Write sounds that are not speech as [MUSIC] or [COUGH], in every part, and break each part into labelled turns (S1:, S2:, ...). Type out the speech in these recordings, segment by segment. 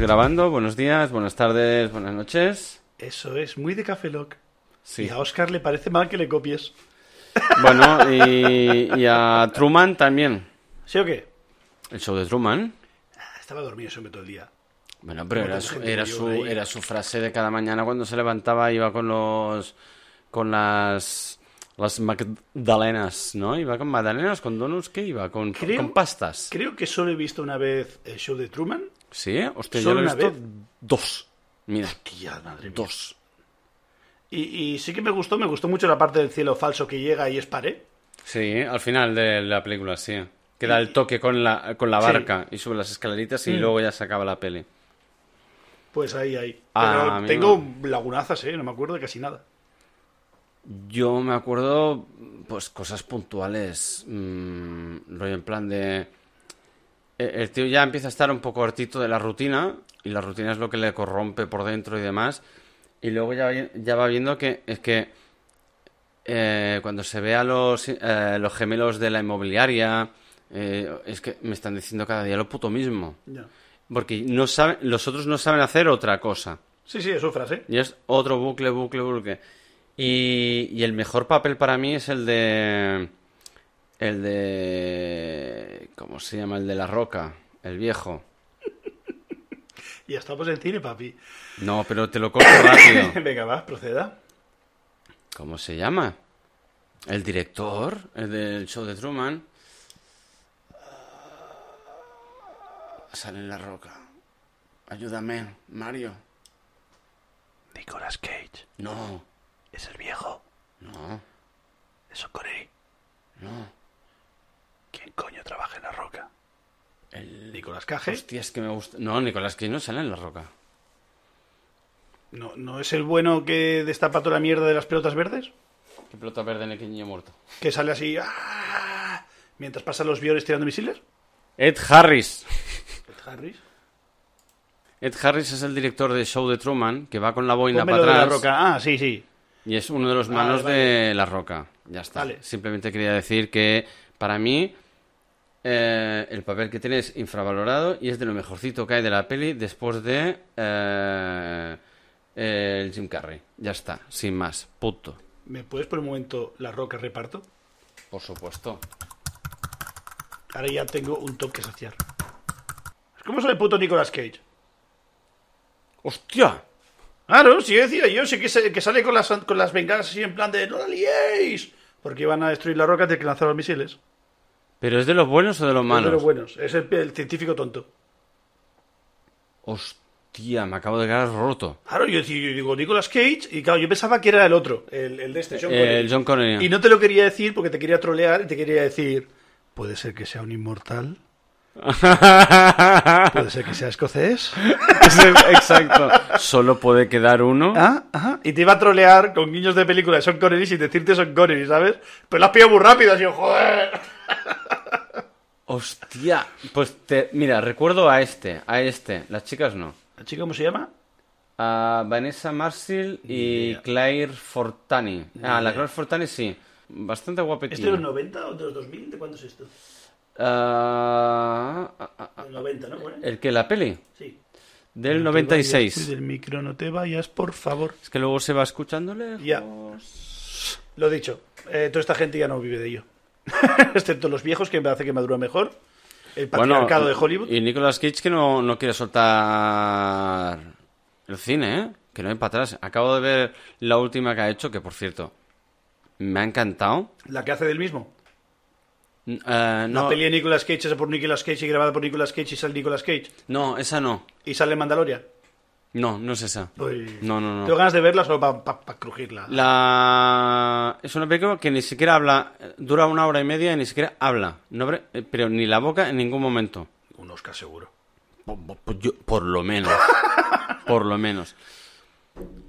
S1: grabando. Buenos días, buenas tardes, buenas noches.
S2: Eso es, muy de Café Lock.
S1: Sí.
S2: Y a Oscar le parece mal que le copies.
S1: Bueno, y, y a Truman también.
S2: ¿Sí o qué?
S1: El show de Truman.
S2: Ah, Estaba dormido ese hombre todo el día.
S1: Bueno, pero
S2: Como
S1: era
S2: tanta
S1: su,
S2: gente
S1: era,
S2: que yo
S1: su,
S2: veía.
S1: era su frase de cada mañana cuando se levantaba, iba con los. con las. las magdalenas, ¿no? Iba con magdalenas, con donuts, ¿qué iba? Con,
S2: Creo-
S1: con pastas.
S2: Creo que solo he visto una vez el show de Truman.
S1: ¿Sí? Hostia, yo lo
S2: ¿Solo
S1: he
S2: una
S1: visto
S2: vez?
S1: dos. Mira,
S2: Tía, madre mía.
S1: dos.
S2: Y, y sí que me gustó, me gustó mucho la parte del cielo falso que llega y es paré.
S1: Sí, al final de la película, sí. Que da el toque con la, con la
S2: Sí.
S1: barca y sube las escaleritas y luego ya se acaba la peli.
S2: Pues ahí, ahí. Pero
S1: Ah, amigo.
S2: tengo lagunazas, ¿eh? No me acuerdo de casi nada.
S1: Yo me acuerdo, pues, cosas puntuales. mm, rollo en plan de. eh, El tío ya empieza a estar un poco hartito de la rutina. Y la rutina es lo que le corrompe por dentro y demás. Y luego ya, vi- ya va viendo que es que. eh, cuando se ve a los, eh, los gemelos de la inmobiliaria. eh, es que me están diciendo cada día lo puto mismo.
S2: Ya.
S1: Porque no saben, los otros no saben hacer otra cosa.
S2: Sí, sí, es su frase.
S1: Y es otro bucle, bucle, bucle. Y, y el mejor papel para mí es el de. El de. ¿Cómo se llama? El de la roca. El viejo.
S2: Y estamos en cine, papi.
S1: No, pero te lo corto [COUGHS] rápido.
S2: [LAUGHS] Venga, va, proceda.
S1: ¿Cómo se llama? El director. El del show de Truman. Ah, Sale en la roca. Ayúdame, Mario.
S2: Nicolas Cage
S1: No,
S2: es el viejo.
S1: no,
S2: Es Connery.
S1: no.
S2: ¿Quién coño trabaja en la roca?
S1: El...
S2: Nicolas Cage.
S1: Hostia, es que me gusta. No, Nicolás que no sale en la roca.
S2: ¿No, ¿No es el bueno que destapa toda la mierda de las pelotas verdes?
S1: Que pelota verde en el que niño muerto.
S2: Que sale así. ¡ah! Mientras pasan los violes tirando misiles.
S1: Ed Harris.
S2: Ed Harris.
S1: Ed Harris es el director de Show de Truman, que va con la boina
S2: Pónmelo de
S1: para
S2: la
S1: atrás.
S2: roca. Ah, sí, sí.
S1: Y es uno de los
S2: Vale,
S1: manos
S2: vale.
S1: de La Roca. Ya está.
S2: Vale.
S1: Simplemente quería decir que para mí eh, el papel que tiene es infravalorado y es de lo mejorcito que hay de la peli después de eh, el Jim Carrey. Ya está, sin más. Punto.
S2: ¿Me puedes por un momento la roca reparto?
S1: Por supuesto.
S2: Ahora ya tengo un top que saciar. ¿Cómo sale el puto Nicolas Cage?
S1: ¡Hostia!
S2: Ah, no, sí, decía yo, sí que, se- que sale con las, con las bengalas así en plan de ¡No la liéis! Porque van a destruir la roca antes que lanzar los misiles.
S1: ¿Pero es de los buenos o de los
S2: Es de
S1: malos?
S2: los buenos. Es el, el científico tonto.
S1: Hostia, me acabo de quedar roto.
S2: Claro, yo, decía- yo digo Nicolas Cage y claro, yo pensaba que era el otro, el, el de este, John Connery.
S1: El Eh, John Connery. [LAUGHS]
S2: Y no te lo quería decir porque te quería trolear y te quería decir, puede ser que sea un inmortal, puede ser que sea [LAUGHS] escocés.
S1: Exacto. Solo puede quedar uno.
S2: Ah, ajá. Y te iba a trolear con guiños de película de Sean Connery sin decirte Sean Connery, ¿sabes? Pero lo has pillado muy rápido, así, joder.
S1: Hostia. Pues te, mira, recuerdo a este, a este. Las chicas no.
S2: ¿La chica cómo se llama?
S1: A Vanessa Marsil y
S2: idea.
S1: Claire Fortani.
S2: Ni
S1: Ah, la
S2: idea.
S1: Claire Fortani sí. Bastante
S2: ¿Este de
S1: guapetina.
S2: los 90 o de los 2000? ¿De cuándo es esto?
S1: Ah, ah, ah, ah.
S2: Del 90, ¿no? Bueno,
S1: ¿El que la peli?
S2: sí.
S1: Del
S2: No Eh, te vayas,
S1: 96.
S2: Del micro no te vayas, por favor.
S1: Es que luego se va escuchando lejos.
S2: Ya. Lo dicho, eh, toda esta gente ya no vive de ello. [LAUGHS] Excepto los viejos, que me hace que madura mejor. El patriarcado de Hollywood.
S1: Y Nicolas Cage que no, no quiere soltar el cine, ¿eh? Que no hay para atrás. Acabo de ver la última que ha hecho, que por cierto, me ha encantado.
S2: La que hace del mismo.
S1: N- eh,
S2: La
S1: no,
S2: peli de Nicolas Cage, esa por Nicolas Cage y grabada por Nicolas Cage y sale Nicolas Cage.
S1: no, esa no.
S2: Y sale Mandalorian.
S1: No, no es esa.
S2: Uy.
S1: No, no,
S2: Tengo
S1: no.
S2: ganas de verla solo para crujirla.
S1: La... Es una película que ni siquiera habla. Dura una hora y media y ni siquiera habla. No abre- eh, pero ni la boca en ningún momento.
S2: Un Oscar seguro.
S1: Po- po- po- Pues, yo- por lo menos. Por lo menos.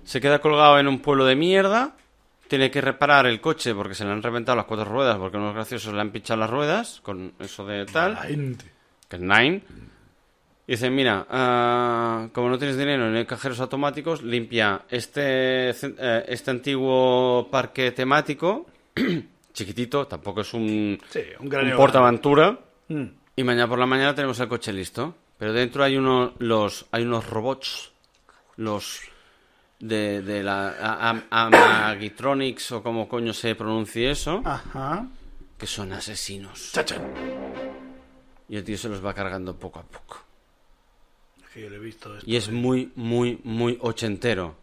S1: Se queda colgado en un pueblo de mierda. Tiene que reparar el coche porque se le han reventado las cuatro ruedas. Porque unos graciosos le han pinchado las ruedas. Con eso de tal. Que es Nine. Y dice: Mira, ah, como no tienes dinero en cajeros automáticos, limpia este, cen- eh, este antiguo parque temático. [CLEARS THROAT] Chiquitito, tampoco es un,
S2: Sí, un gran
S1: un
S2: Eogan.
S1: portaventura.
S2: Mm.
S1: Y mañana por la mañana tenemos el coche listo. Pero dentro hay unos, los, hay unos robots, los de, de la a- am- Amagitronics o como coño se pronuncie eso,
S2: Ajá.
S1: que son asesinos.
S2: Chachan.
S1: Y el tío se los va cargando poco a poco.
S2: Es que yo lo he visto. esto.
S1: Y es muy, muy, muy ochentero.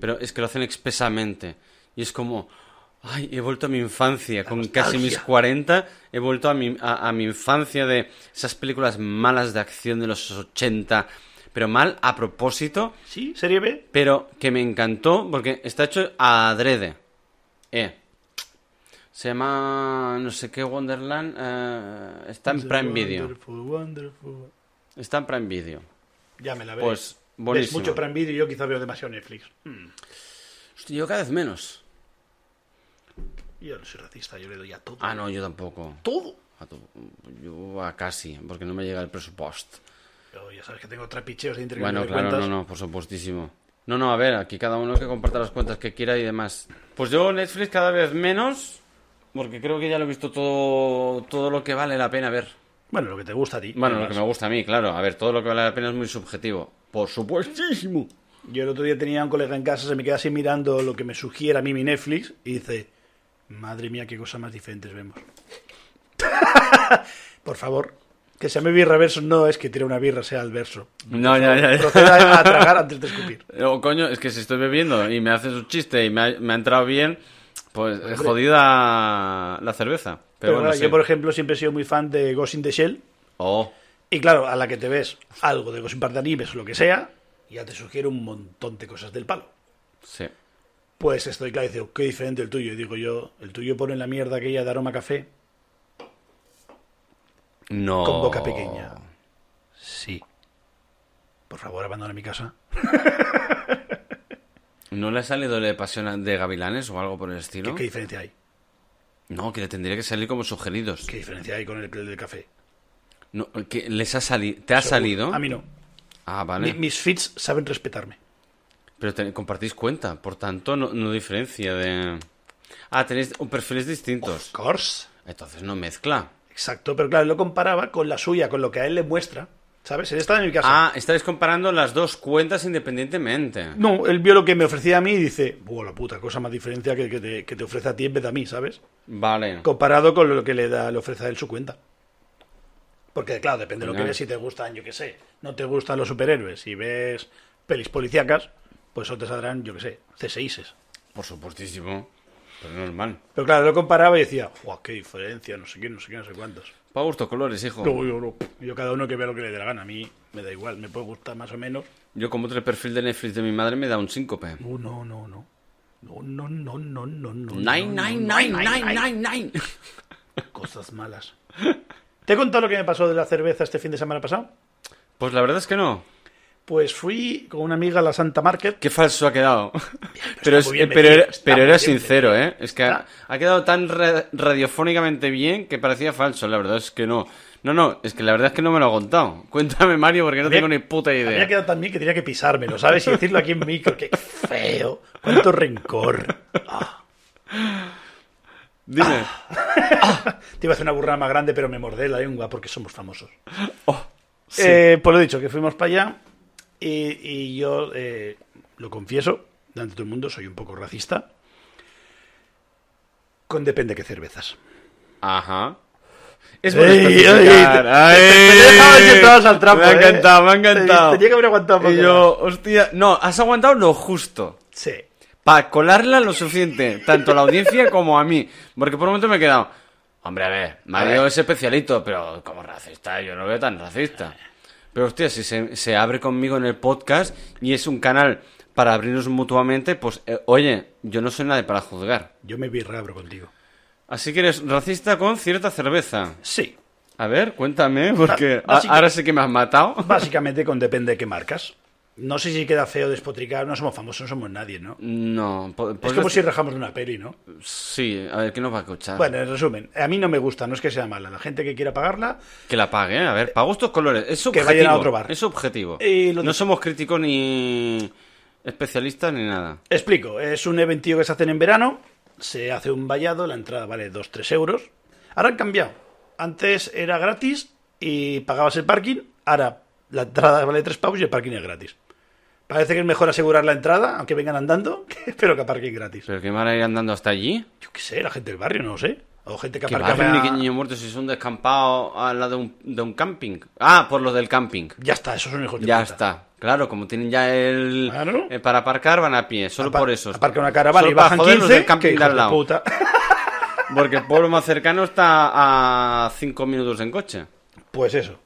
S1: Pero es que lo hacen expresamente. Y es como, ay, he vuelto a mi infancia. Con casi mis
S2: nostalgia.
S1: 40, he vuelto a mi, a, a mi infancia de esas películas malas de acción de los 80. Pero mal a propósito,
S2: ¿Sí? ¿Serie B?
S1: pero que me encantó porque está hecho a adrede. Eh. Se llama, no sé qué, Wonderland. eh, está en Prime Video.
S2: Wonderful, wonderful.
S1: Está en Prime Video.
S2: Ya me la veré.
S1: Pues,
S2: Ves
S1: buenísimo.
S2: mucho Prime Video y yo quizá veo demasiado Netflix. Mm.
S1: Hostia, yo cada vez menos.
S2: Yo no soy racista, yo le doy a todo.
S1: Ah, no, yo tampoco.
S2: Todo.
S1: A tu- yo a casi, porque no me llega el presupuesto.
S2: Pero ya sabes que tengo trapicheos de
S1: Bueno,
S2: intercambio de
S1: claro, no,
S2: cuentas.
S1: no, por supuestísimo. No, no, a ver, aquí cada uno que comparta las cuentas que quiera y demás. Pues yo Netflix cada vez menos, porque creo que ya lo he visto todo, todo lo que vale la pena ver.
S2: Bueno, lo que te gusta a ti.
S1: Bueno, lo que
S2: Además,
S1: me gusta a mí, claro. A ver, todo lo que vale la pena es muy subjetivo. Por supuestísimo.
S2: Yo el otro día tenía un colega en casa, se me queda así mirando lo que me sugiere a mí mi Netflix y dice, madre mía, qué cosas más diferentes vemos. [LAUGHS] Por favor, que se llame birra verso no es que tire una birra sea
S1: [LAUGHS]
S2: al verso.
S1: No, ya, ya, ya. [LAUGHS]
S2: Proceda a tragar antes de escupir.
S1: O Oh, coño, es que si estoy bebiendo y me haces un chiste y me ha, me ha entrado bien, pues eh, jodida la cerveza. Pero,
S2: Pero,
S1: bueno,
S2: claro,
S1: sí.
S2: yo, por ejemplo, siempre he sido muy fan de Ghost in the Shell.
S1: Oh.
S2: Y claro, a la que te ves algo de Ghost in Part de Animes o lo que sea, ya te sugiere un montón de cosas del palo.
S1: Sí.
S2: Pues estoy claro, dice, qué diferente el tuyo. Y digo yo, el tuyo pone la mierda aquella de aroma café
S1: No.
S2: con boca pequeña. Sí. Por favor, abandona mi casa.
S1: ¿No le ha salido la pasión de gavilanes o algo por el
S2: ¿Qué,
S1: estilo?
S2: qué diferencia hay?
S1: No, que le tendría que salir como sugeridos.
S2: ¿Qué diferencia hay con el, el del café?
S1: No, que les ha salido. ¿Te ha salido?
S2: A mí no.
S1: Ah, vale.
S2: Mi- mis fits saben respetarme.
S1: Pero te- compartís cuenta, por tanto, no, no diferencia de. Ah, tenéis un- perfiles distintos.
S2: Course.
S1: Entonces no mezcla.
S2: Exacto, pero claro, lo comparaba con la suya, con lo que a él le muestra. ¿Sabes? Él estaba en mi casa.
S1: Ah, estáis comparando las dos cuentas independientemente.
S2: No, él vio lo que me ofrecía a mí y dice, buah, la puta cosa más diferencia que, que te, que te ofrece a ti en vez de a mí, ¿sabes?
S1: Vale.
S2: comparado con lo que le da le ofrece a él su cuenta. Porque, claro, depende de lo que
S1: Claro.
S2: ves, si te gustan, yo qué sé, no te gustan los superhéroes, si ves pelis policíacas, pues eso te saldrán, yo qué sé, C6s.
S1: Por supuestísimo. Pero normal.
S2: Pero claro, lo comparaba y decía, guau, qué diferencia, no sé qué, no sé qué, no sé cuántos.
S1: Pa' gusto colores, hijo.
S2: No, yo no. Yo cada uno que vea lo que le dé la gana, a mí me da igual, me puede gustar más o menos.
S1: Yo como otro perfil de Netflix de mi madre me da un síncope.
S2: No, no, no, no. No, no, no, no, no, no.
S1: Nine,
S2: no, no,
S1: nine,
S2: no,
S1: nine, nine, nine, nine.
S2: Cosas malas. ¿Te he contado lo que me pasó de la cerveza este fin de semana pasado?
S1: Pues la verdad es que no.
S2: Pues fui con una amiga a la Santa Market.
S1: Qué falso ha quedado. [LAUGHS] Pero, es- eh,
S2: muy bien
S1: pero,
S2: metido,
S1: era,
S2: está
S1: pero
S2: muy
S1: era
S2: bien
S1: sincero, ¿eh? Es que ha,
S2: Está.
S1: ha quedado tan ra- radiofónicamente bien que parecía falso. La verdad es que no. No, no, es que la verdad es que no me lo ha contado. [LAUGHS] Cuéntame, Mario, porque no
S2: Había-
S1: tengo ni puta idea.
S2: Había quedado también que tenía que pisármelo, ¿sabes? Y decirlo aquí en micro. ¡Qué feo! ¡Cuánto rencor! Ah.
S1: Dime.
S2: Te iba a hacer una burrada más grande, pero me mordé la lengua porque somos famosos.
S1: Oh, sí.
S2: Eh, por lo dicho, que fuimos para allá y, y yo eh, lo confieso, delante de todo el mundo, soy un poco racista. Con depende qué cervezas.
S1: Ajá. Es
S2: Ey,
S1: bueno especificar.
S2: ey, te-
S1: Ay.
S2: te he dejado que estabas al trapo,
S1: Me ha
S2: eh.
S1: encantado, me ha encantado.
S2: Tenía que haber aguantado un
S1: Y
S2: poco
S1: yo, hostia, no, has aguantado lo justo.
S2: Sí.
S1: Para colarla lo suficiente, tanto a la audiencia como a mí. Porque por un momento me he quedado. Hombre, a ver, Mario es especialito, pero como racista, yo no lo veo tan racista. Pero hostia, si se, se abre conmigo en el podcast y es un canal para abrirnos mutuamente, pues eh, oye, yo no soy nadie para juzgar.
S2: Yo me birrabro contigo.
S1: Así que eres racista con cierta cerveza.
S2: Sí.
S1: A ver, cuéntame, porque
S2: Ba-
S1: a-
S2: básica-
S1: ahora sí que me has matado.
S2: Básicamente con depende de qué marcas. No sé si queda feo despotricar, no somos famosos, no somos nadie, ¿no?
S1: No, po-
S2: Es
S1: pues
S2: como
S1: deci-
S2: si rajamos de una peli, ¿no?
S1: Sí, a ver, ¿qué nos va a escuchar?
S2: Bueno, en resumen, a mí no me gusta, no es que sea mala. La gente que quiera pagarla,
S1: Que la pague, ¿eh? a ver, para gustos colores. Es
S2: Que
S1: subjetivo.
S2: vayan a otro bar.
S1: Es objetivo.
S2: Eh,
S1: no
S2: lo dicho.
S1: somos críticos ni especialistas ni nada.
S2: explico, es un eventillo que se hacen en verano, se hace un vallado, la entrada vale 2-3 euros. Ahora han cambiado. Antes era gratis y pagabas el parking, ahora La entrada vale 3 pavos y el parking es gratis. Parece que es mejor asegurar la entrada, aunque vengan andando, [LAUGHS] pero que aparquen gratis.
S1: ¿Pero qué van a ir andando hasta allí?
S2: Yo qué sé, la gente del barrio, no lo sé. O gente que
S1: ¿Qué
S2: aparca
S1: barrio ni
S2: para-
S1: qué niño muerto si son descampados al lado de un, de un camping? Ah, por los del camping.
S2: Ya está, esos son hijos de
S1: Ya
S2: puta.
S1: está. Claro, como tienen ya el...
S2: Claro.
S1: eh, para aparcar van a pie, solo
S2: Apa-
S1: por eso.
S2: Aparca una caravana
S1: Solo
S2: y
S1: para
S2: bajan
S1: joder los
S2: 15,
S1: del camping
S2: que
S1: de
S2: hijos
S1: al
S2: de
S1: lado.
S2: puta.
S1: Porque el pueblo más cercano está a 5 minutos en coche.
S2: Pues eso.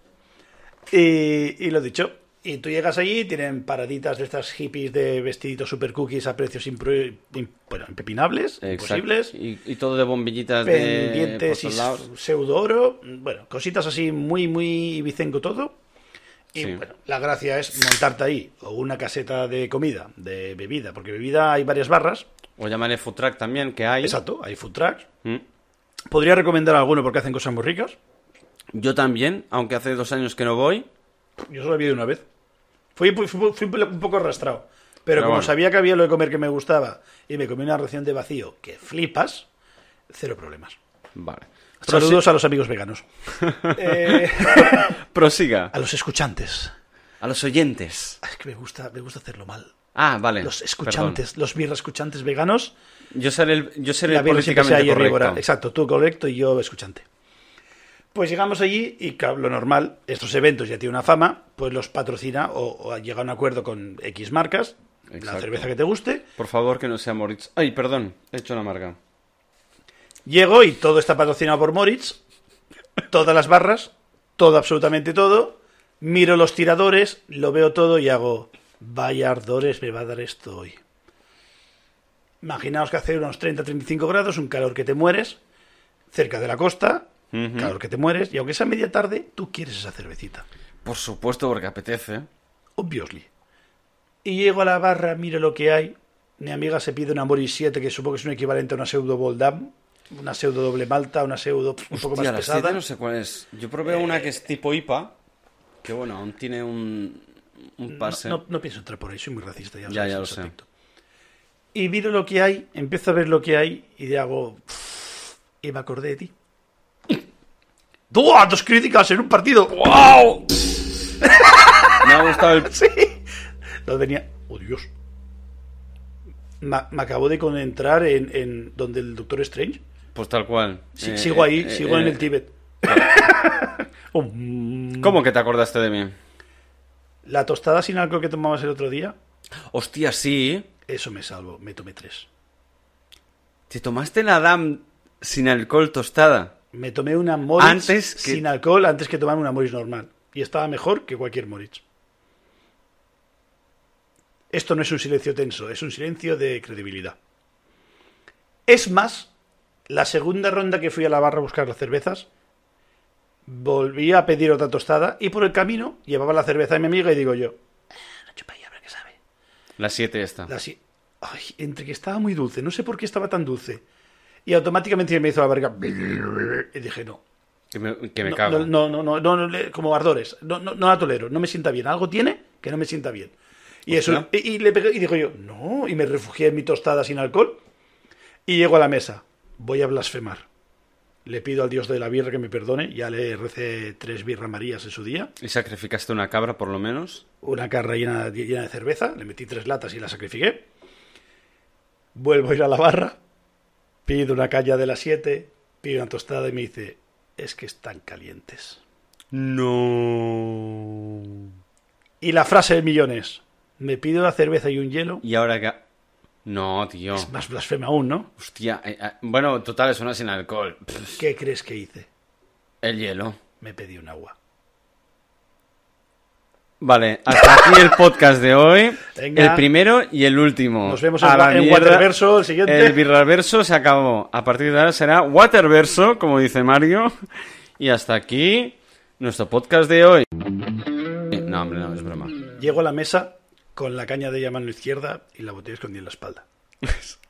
S2: Y, y lo dicho. Y tú llegas allí, tienen paraditas de estas hippies de vestiditos super cookies a precios impro- im- bueno, impepinables,
S1: Exacto.
S2: imposibles,
S1: Y, y todo de bombillitas de... por
S2: pendientes y
S1: todos lados.
S2: pseudo oro, bueno, cositas así muy, muy bicenco todo. Y
S1: Sí.
S2: bueno, la gracia es montarte ahí, o una caseta de comida, de bebida, porque bebida hay varias barras,
S1: O llamaré food truck también, que hay.
S2: exacto, hay food trucks.
S1: Mm.
S2: Podría recomendar alguno porque hacen cosas muy ricas.
S1: Yo también, aunque hace dos años que no voy.
S2: Yo solo he ido una vez. Fui, fui- fui- fui un poco arrastrado. Pero
S1: Pero
S2: como
S1: bueno.
S2: sabía que había lo de comer que me gustaba y me comí una ración de vacío que flipas, cero problemas.
S1: Vale.
S2: Saludos a los amigos veganos.
S1: [LAUGHS]
S2: Eh, [LAUGHS]
S1: Prosi- Prosiga.
S2: a los escuchantes.
S1: A los oyentes.
S2: Es que me gusta, me gusta hacerlo mal.
S1: Ah, vale.
S2: Los
S1: perdón.
S2: escuchantes, los birra escuchantes veganos.
S1: Yo seré el, yo seré
S2: La
S1: el
S2: Virgen siempre
S1: políticamente
S2: sea ahí
S1: correcto.
S2: herbívora. Exacto, tú correcto y yo escuchante. Pues llegamos allí y, claro, lo normal, estos eventos ya tienen una fama, pues los patrocina o, o llega a un acuerdo con X marcas, la
S1: Exacto.
S2: cerveza que te guste,
S1: Por favor, que no sea Moritz. Ay, perdón, he hecho una marca.
S2: Llego y todo está patrocinado por Moritz. Todas las barras, todo, absolutamente todo. Miro los tiradores, lo veo todo y hago. Vaya ardores me va a dar esto hoy. Imaginaos que hace unos 30-35 grados, un calor que te mueres, cerca de la costa,
S1: Ujú.
S2: calor que te mueres, y aunque sea media tarde, tú quieres esa cervecita.
S1: Por supuesto, porque apetece.
S2: Obviously. Y llego a la barra, miro lo que hay. Mi amiga se pide una Moris 7, que supongo que es un equivalente a una pseudo Boldam, una pseudo doble malta, una pseudo un poco
S1: Tía,
S2: más
S1: la
S2: pesada. Eh,
S1: siete no sé cuál es. Yo probé una que es tipo IPA, que bueno, aún tiene un, un pase.
S2: No, no- no pienso entrar por ahí, soy muy racista. Ya, lo
S1: Ya,
S2: sabes
S1: ya
S2: en
S1: lo
S2: ese
S1: sé.
S2: aspecto. Y miro lo que hay, empiezo a ver lo que hay y le hago. Y me acordé de ti. ¡Dua! Dos críticas en un partido. ¡Wow!
S1: Me ha gustado el...
S2: [LAUGHS] Sí. Lo tenía. ¡Oh, Dios! Me, me acabo de concentrar en, en donde el Doctor Strange.
S1: Pues tal cual.
S2: Sí,
S1: Eh,
S2: sigo ahí,
S1: eh,
S2: sigo
S1: eh,
S2: en el Tíbet. [LAUGHS] Oh, mm.
S1: ¿Cómo que te acordaste de mí?
S2: La tostada sin alcohol que tomabas el otro día,
S1: Hostia, sí.
S2: eso me salvo, me tomé tres.
S1: ¿Te tomaste la DAM sin alcohol tostada?
S2: Me tomé una Moritz
S1: Antes que-
S2: sin alcohol antes que tomar una Moritz normal. Y estaba mejor que cualquier Moritz. Esto no es un silencio tenso, es un silencio de credibilidad. Es más, la segunda ronda que fui a la barra a buscar las cervezas, volví a pedir otra tostada y por el camino llevaba la cerveza de mi amiga y digo yo, "Ah, una chupa y a ver qué sabe.
S1: La 7 esta.
S2: La si- Ay, entre que estaba muy dulce, no sé por qué estaba tan dulce. Y automáticamente me hizo la verga. Y dije, no,
S1: Que me, que me
S2: no,
S1: cago.
S2: No, no, no, no, no, le- como ardores. No, no, no la tolero, no me sienta bien. Algo tiene que no me sienta bien. Y eso,
S1: Hostia.
S2: y, y le pegué, y digo yo, no, y me refugié en mi tostada sin alcohol. Y llego a la mesa, voy a blasfemar. Le pido al dios de la birra que me perdone, ya le recé tres birra marías en su día,
S1: ¿Y sacrificaste una cabra por lo menos?
S2: una carra llena, llena de cerveza, le metí tres latas y la sacrifiqué. Vuelvo a ir a la barra, pido una caña de las siete, pido una tostada y me dice, es que están calientes.
S1: No.
S2: Y la frase de millones. Me pido una cerveza y un hielo.
S1: Y ahora que... No, tío.
S2: Es más blasfema aún, ¿no?
S1: Hostia. eh, eh, bueno, total, es una sin alcohol. Pff,
S2: ¿Qué crees que hice?
S1: el hielo.
S2: Me pedí un agua.
S1: Vale, hasta aquí el podcast de hoy.
S2: Venga.
S1: El primero y el último.
S2: Nos vemos en
S1: A la
S2: Wa- en
S1: mierda.
S2: Waterverso, el siguiente.
S1: El Birraverso se acabó. A partir de ahora será Waterverso, como dice Mario. Y hasta aquí nuestro podcast de hoy. No, hombre, no, es broma.
S2: Llego a la mesa con la caña de ella a mano izquierda y la botella escondida en la espalda.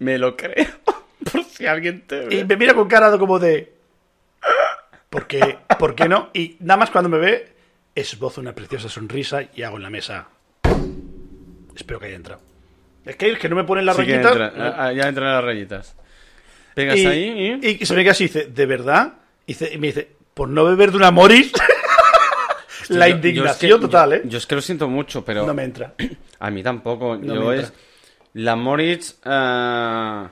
S1: Me lo
S2: [LAUGHS]
S1: creo. Por si alguien te ve.
S2: Y me mira con cara como de... ¿Por qué, ¿Por qué no? Y nada más cuando me ve, esbozo una preciosa sonrisa y hago en la mesa. Espero que haya entrado. Es que, es que no me ponen la
S1: Sí que
S2: rayita.
S1: entra- ah, ah, ya entran las rayitas. Pegas
S2: y,
S1: ahí ¿eh? y...
S2: y se me queda así, dice, ¿de verdad? Y, dice- y me dice, ¿por no beber de una Moris?
S1: [LAUGHS] Hostia,
S2: la
S1: yo- yo es que-
S2: indignación total, ¿eh?
S1: Yo, yo es que lo siento mucho, pero
S2: No me entra. [CLEARS THROAT]
S1: a mí tampoco.
S2: No
S1: yo
S2: me
S1: es.
S2: entra.
S1: La Moritz. ah,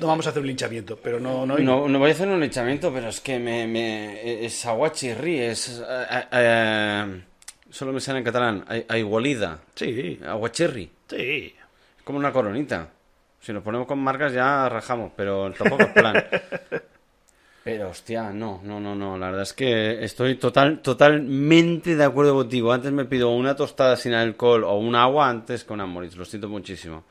S2: No vamos a hacer un linchamiento, pero no, no,
S1: No, no voy a hacer un echamiento, pero es que me, me- es aguachirri, es... eh, eh, eh, solo me sale en catalán, a- aigualida,
S2: Sí,
S1: aguachirri,
S2: sí.
S1: es como una coronita. Si nos ponemos con marcas ya rajamos, pero tampoco es plan. Pero hostia, no, no, no, no, la verdad es que estoy total, totalmente de acuerdo contigo. Antes me pido una tostada sin alcohol o un agua antes con Amoritz, lo siento muchísimo.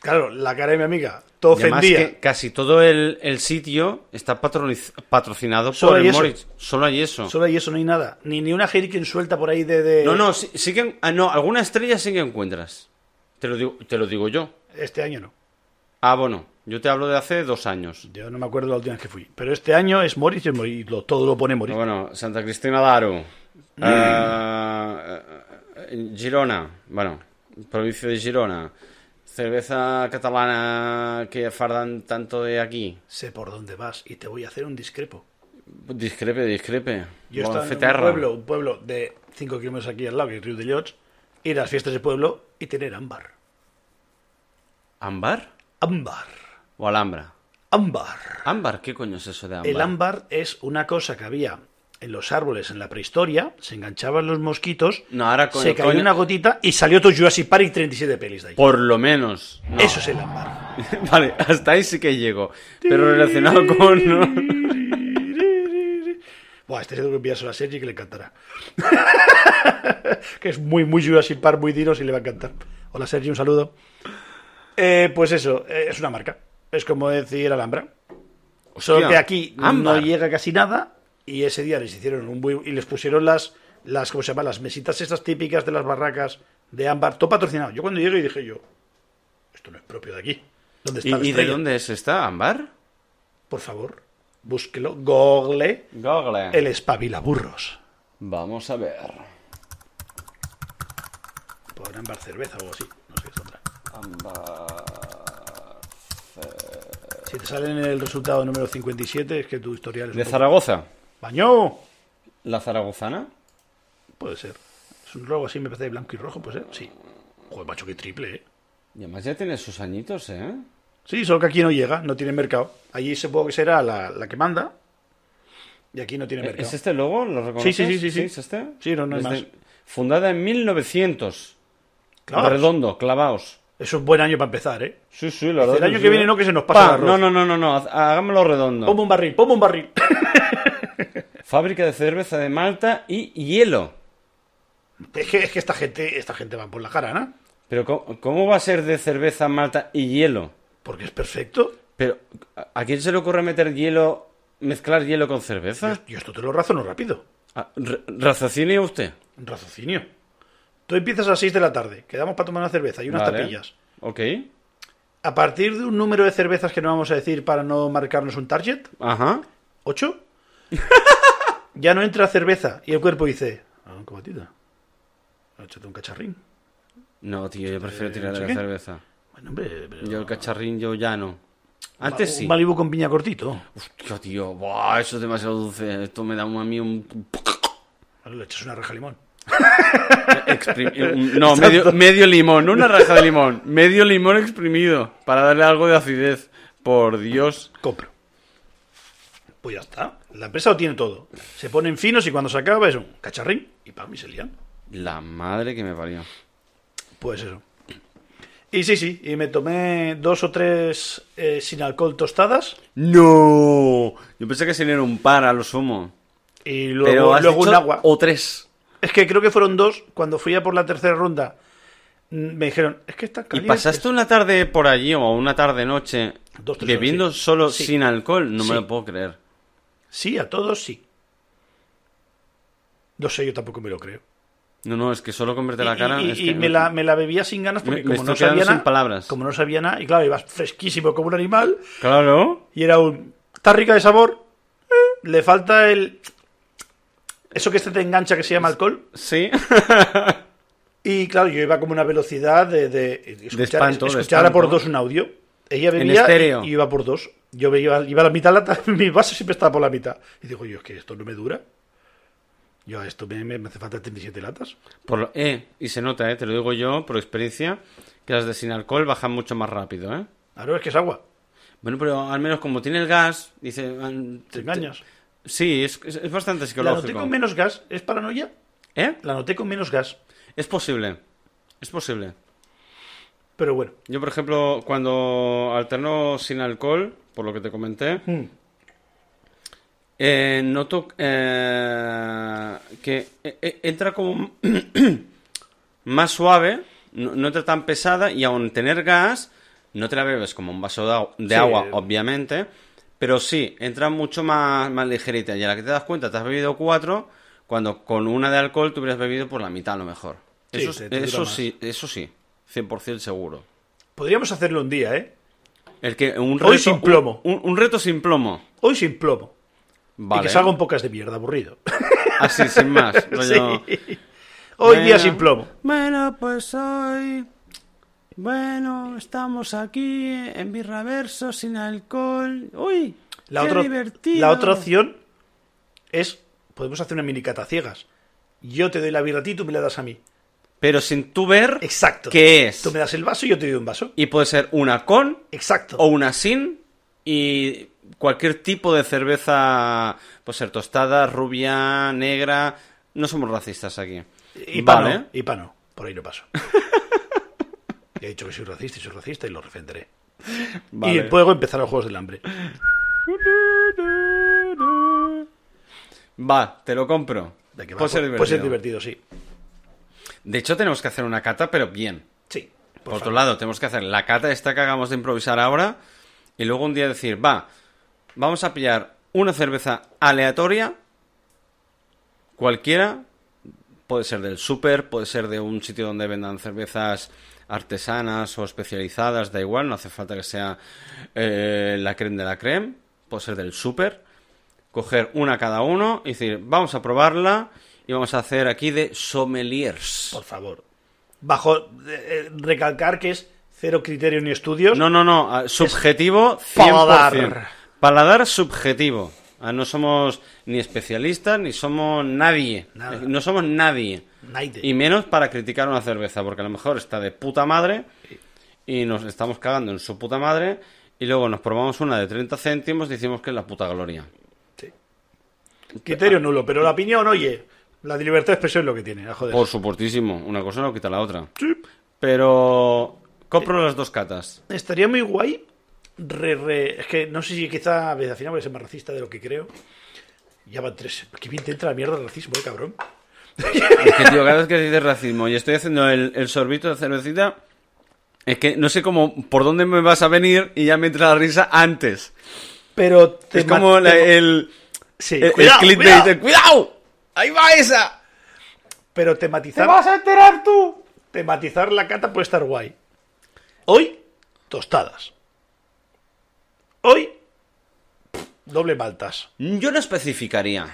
S2: Claro, la cara de mi amiga, te
S1: Y además
S2: ofendía.
S1: que casi todo el, el sitio está patroniz- patrocinado
S2: Solo
S1: por
S2: hay
S1: el
S2: eso.
S1: Moritz. Solo hay eso.
S2: Solo hay eso, no hay nada. Ni, ni una Heineken suelta por ahí de. de-
S1: No, no, sí, sí que... ah, no, alguna estrella sí que encuentras. Te lo, digo, te lo digo yo.
S2: Este año no.
S1: Ah, bueno, yo te hablo de hace dos años.
S2: Yo no me acuerdo la última vez que fui. Pero este año es Moritz y es Moritz. Lo- todo lo pone Moritz.
S1: Pero bueno, Santa Cristina d'Aro.
S2: Mm.
S1: Ah, eh, Girona, bueno, provincia de Girona. Cerveza catalana que fardan tanto de aquí.
S2: Sé por dónde vas y te voy a hacer un discrepo.
S1: Discrepe, discrepe.
S2: Yo estaba en un
S1: Bonfeterra.
S2: pueblo, un pueblo de 5 kilómetros aquí al lado, que es Río de Llots, ir a las fiestas de pueblo y tener ámbar.
S1: ¿Ámbar?
S2: Ámbar.
S1: ¿O Alhambra?
S2: Ámbar.
S1: ¿Ámbar? ¿Qué coño es eso de ámbar?
S2: El ámbar es una cosa que había en los árboles en la prehistoria, se enganchaban los mosquitos,
S1: No, ahora con
S2: se
S1: el
S2: cayó
S1: coño-
S2: una gotita y salió todo Jurassic Park y 37 pelis de ahí.
S1: Por lo menos. No.
S2: Eso es el ámbar.
S1: [LAUGHS] Vale, hasta ahí sí que llego. Pero relacionado con.
S2: [LAUGHS] Buah, este seguro que envías a la serie que le encantará. [LAUGHS] que es muy, muy Jurassic Park, muy dinos y le va a encantar. Hola Sergi, un saludo. Eh, pues eso, eh, es una marca. Es como decir Alhambra. Solo que aquí no
S1: ámbar.
S2: llega casi nada y ese día les hicieron un bui- y les pusieron las, las, ¿cómo se llama? Las mesitas estas típicas de las barracas de ámbar, todo patrocinado. Yo cuando llegué y dije yo, esto no es propio de aquí. ¿Dónde está
S1: ¿Y,
S2: la
S1: y de
S2: estrella?
S1: dónde es esta? ¿Ámbar?
S2: Por favor, búsquelo, google
S1: Google.
S2: el espabilaburros.
S1: Vamos a ver.
S2: Por ámbar cerveza o algo así, no sé qué es otra.
S1: Ámbar.
S2: Si te sale en el resultado número 57 es que tu historial es
S1: ¿De
S2: un
S1: Zaragoza?
S2: poco- ¡Baño!
S1: ¿La zaragozana?
S2: Puede ser. Es un logo así, me parece de blanco y rojo, puede ser. Sí. Joder, macho, qué triple, ¿eh?
S1: Y además ya tiene sus añitos, ¿eh?
S2: Sí, solo que aquí no llega, no tiene mercado. Allí supongo que será la, la que manda. Y aquí no tiene mercado.
S1: ¿Es este logo? ¿Lo reconoces?
S2: Sí, sí, sí, sí, sí.
S1: ¿Es este?
S2: Sí, no, no hay
S1: Desde- Fundada en 1900.
S2: Clavaos.
S1: Redondo, clavaos.
S2: Eso es buen año para empezar, ¿eh?
S1: Sí, sí, la verdad.
S2: el año
S1: sí,
S2: que viene
S1: ¿eh?
S2: no, que se nos pasa
S1: Pa,
S2: el arroz.
S1: No, no, no, no, no. haz- Hagámoslo redondo.
S2: Ponme un barril, ponme un barril. [COUGHS]
S1: Fábrica de cerveza de Malta y hielo.
S2: es, que, es que esta gente esta gente va por la cara, ¿no?
S1: Pero ¿cómo, cómo va a ser de cerveza, malta y hielo?
S2: Porque es perfecto.
S1: Pero ¿a- ¿a quién se le ocurre meter hielo, mezclar hielo con cerveza?
S2: Yo esto te lo razono rápido.
S1: Ah, ra- Raciocine usted.
S2: Un raciocinio. Tú empiezas a las 6 de la tarde, quedamos para tomar una cerveza y unas
S1: Vale.
S2: tapillas.
S1: Ok.
S2: A partir de un número de cervezas que no vamos a decir para no marcarnos un target,
S1: Ajá. [LAUGHS]
S2: 8, ya no entra cerveza y el cuerpo dice, ah, un cobatita, échate un cacharrín.
S1: No, tío, yo prefiero tirar de
S2: ¿sí
S1: la
S2: qué?
S1: cerveza.
S2: Bueno, hombre, pero-
S1: Yo el cacharrín, yo ya no.
S2: un
S1: Antes sí.
S2: Malibu con piña cortito.
S1: Hostia, tío, buah, eso es demasiado dulce. Esto me da un, a mí un...
S2: Vale, le echas una raja de limón.
S1: exprim- eh, un- no, medio, medio limón, no una raja de limón. Medio limón exprimido para darle algo de acidez. Por Dios.
S2: Compro. Pues ya está. La empresa lo tiene todo. Se ponen finos y cuando se acaba es un cacharrín y para mí se lían.
S1: La madre que me parió.
S2: Pues eso. Y sí, sí, y me tomé dos o tres eh, sin alcohol tostadas
S1: No, yo pensé que serían un par a lo sumo.
S2: y
S1: Pero
S2: luego,
S1: has
S2: luego un
S1: dicho
S2: agua.
S1: o tres.
S2: Es que creo que fueron dos. Cuando fui a por la tercera ronda, mm, me dijeron, es que está
S1: ¿Y
S2: caliente.
S1: pasaste una tarde por allí o una tarde noche
S2: Dos, tres
S1: bebiendo
S2: horas, sí.
S1: solo
S2: Sí.
S1: sin alcohol? No
S2: Sí.
S1: me lo puedo creer.
S2: Sí, a todos sí. No sé, yo tampoco me lo creo.
S1: No, no, es que solo con verte la
S2: Y-
S1: cara.
S2: y y-
S1: es
S2: y
S1: que-
S2: me, la, me la bebía sin ganas porque
S1: Me- me estoy
S2: como no sabía
S1: quedando sin
S2: nada,
S1: palabras.
S2: como no sabía nada, y claro, ibas fresquísimo como un animal
S1: Claro.
S2: y era un... Está rica de sabor, eh, le falta el... Eso que este te engancha que se llama alcohol.
S1: Sí. [LAUGHS]
S2: Y claro, yo iba como una velocidad de, de, escuchar,
S1: espanto, de
S2: escuchar a por
S1: espanto.
S2: dos un audio. Ella bebía
S1: estéreo.
S2: y y iba por [LAUGHS] dos. Yo iba, iba a la mitad, la ta- mi vaso siempre estaba por la mitad. Y digo, yo es que esto no me dura. Yo a esto me, me hace falta 37 latas.
S1: Por lo- eh, y se nota, eh, te lo digo yo por experiencia, que las de sin alcohol bajan mucho más rápido, ¿eh?
S2: Ahora es que es agua.
S1: Bueno, pero al menos como tiene el gas, dice... ah,
S2: Te
S1: te-
S2: engañas.
S1: te- sí, es, es- es bastante
S2: La noté con
S1: psicológico.
S2: menos gas. ¿Es paranoia?
S1: ¿Eh?
S2: La noté con menos gas.
S1: Es posible, es posible.
S2: Pero bueno.
S1: Yo, por ejemplo, cuando alterno sin alcohol, por lo que te comenté, eh, noto eh, que eh, eh, entra como [CLEARS THROAT] más suave, no, no entra tan pesada y aun tener gas, no te la bebes como un vaso de, agu- de
S2: Sí.
S1: agua, obviamente, pero sí, entra mucho más, más ligerita y a la que te das cuenta, te has bebido cuatro, cuando con una de alcohol te hubieras bebido por la mitad a lo mejor.
S2: Sí,
S1: eso
S2: te- te dura
S1: eso
S2: más.
S1: sí, eso sí, 100% seguro.
S2: Podríamos hacerlo un día, ¿eh?
S1: El que un reto
S2: Hoy sin plomo.
S1: Un, un reto sin plomo.
S2: Hoy sin plomo.
S1: Vale.
S2: Y que salgan pocas de mierda, aburrido. [LAUGHS]
S1: Así, sin más. rollo,
S2: Sí. Hoy día
S1: bueno,
S2: sin plomo.
S1: Bueno, pues hoy. Bueno, estamos aquí en Birraverso sin alcohol. ¡Uy!
S2: La,
S1: qué
S2: otra-
S1: divertido.
S2: la otra opción es, podemos hacer una mini cata ciegas. Yo te doy la birra a ti y tú me la das a mí.
S1: Pero sin tú ver
S2: Exacto.
S1: qué es.
S2: Tú me das el vaso y yo te doy un vaso.
S1: Y puede ser una con
S2: Exacto.
S1: o una sin. Y cualquier tipo de cerveza. Puede ser tostada, rubia, negra. No somos racistas aquí.
S2: y pa'
S1: vale.
S2: no, y pa' no. Por ahí
S1: [LAUGHS]
S2: no paso. Ya he dicho que soy racista y soy racista y lo refrendaré. Y pues-
S1: Vale.
S2: luego empezar los Juegos del Hambre.
S1: Va, te lo compro.
S2: De que va,
S1: Puede ser divertido.
S2: puede ser divertido, sí.
S1: De hecho, tenemos que hacer una cata, pero bien.
S2: Sí.
S1: Por, otro lado, tenemos que hacer la cata esta que hagamos de improvisar ahora. Y luego un día decir, va, vamos a pillar una cerveza aleatoria. Cualquiera. Puede ser del súper, puede ser de un sitio donde vendan cervezas artesanas o especializadas, da igual, no hace falta que sea eh, la creme de la creme. Puede ser del súper. Coger una cada uno y decir, vamos a probarla y vamos a hacer aquí de sommeliers.
S2: Por favor. Bajo eh, eh, recalcar que es cero criterio ni estudios.
S1: No, no, no. a- Subjetivo 100%.
S2: paladar.
S1: Paladar. subjetivo. Ah, No somos ni especialistas, ni somos nadie.
S2: Nada.
S1: Eh, No somos nadie.
S2: Naide.
S1: Y menos para criticar una cerveza, porque a lo mejor está de puta madre y nos estamos cagando en su puta madre y luego nos probamos una de 30 céntimos y decimos que es la puta gloria.
S2: Sí. Criterio nulo, pero la opinión, oye, la de libertad de expresión es lo que tiene, a joder.
S1: Por supuestísimo, una cosa no quita la otra.
S2: Sí.
S1: Pero compro las dos catas.
S2: Estaría muy guay. re- re- es que no sé si quizá al final voy a ser más racista de lo que creo. Ya van tres. Qué bien te entra la mierda el racismo, eh, cabrón.
S1: Es que, tío, cada vez que dices racismo y estoy haciendo el, el sorbito de cervecita, es que no sé cómo, por dónde me vas a venir y ya me entra la risa antes.
S2: Pero te
S1: es
S2: ma-
S1: como la-
S2: te-
S1: el,
S2: Sí,
S1: el, el
S2: cuidado,
S1: clip de
S2: cuidado.
S1: dice, ¡Cuidado! ¡Ahí va esa!
S2: Pero tematizar,
S1: a enterar tú!
S2: tematizar la cata puede estar guay. Hoy, tostadas. Hoy, doble maltas.
S1: Yo no especificaría.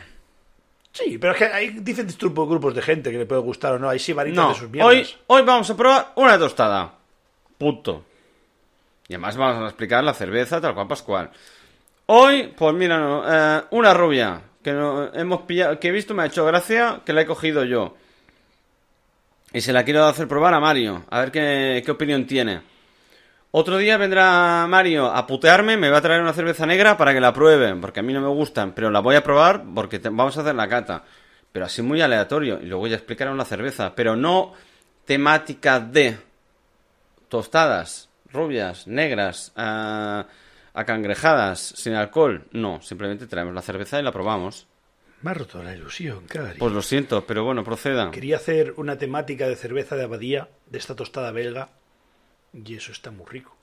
S2: Sí, pero es que ahí dicen disturbo grupos de gente que le puede gustar o no. Ahí sí varitas
S1: No,
S2: de sus mierdas.
S1: hoy, hoy vamos a probar una tostada. Punto. Y además vamos a explicar la cerveza tal cual Pascual. Hoy, pues mira, no, eh, una rubia que no, hemos pillado, que he visto me ha hecho gracia, que la he cogido yo. Y se la quiero hacer probar a Mario, a ver qué, qué opinión tiene. Otro día vendrá Mario a putearme, me va a traer una cerveza negra para que la prueben, porque a mí no me gustan, pero la voy a probar porque te- vamos a hacer la cata. Pero así muy aleatorio, y luego ya explicaron la cerveza, pero no temática de tostadas, rubias, negras, ah, acangrejadas, sin alcohol. No, simplemente traemos la cerveza y la probamos.
S2: Me ha roto la ilusión, cari.
S1: Pues lo siento, pero bueno, proceda.
S2: Quería hacer una temática de cerveza de abadía, de esta tostada belga, y eso está muy rico.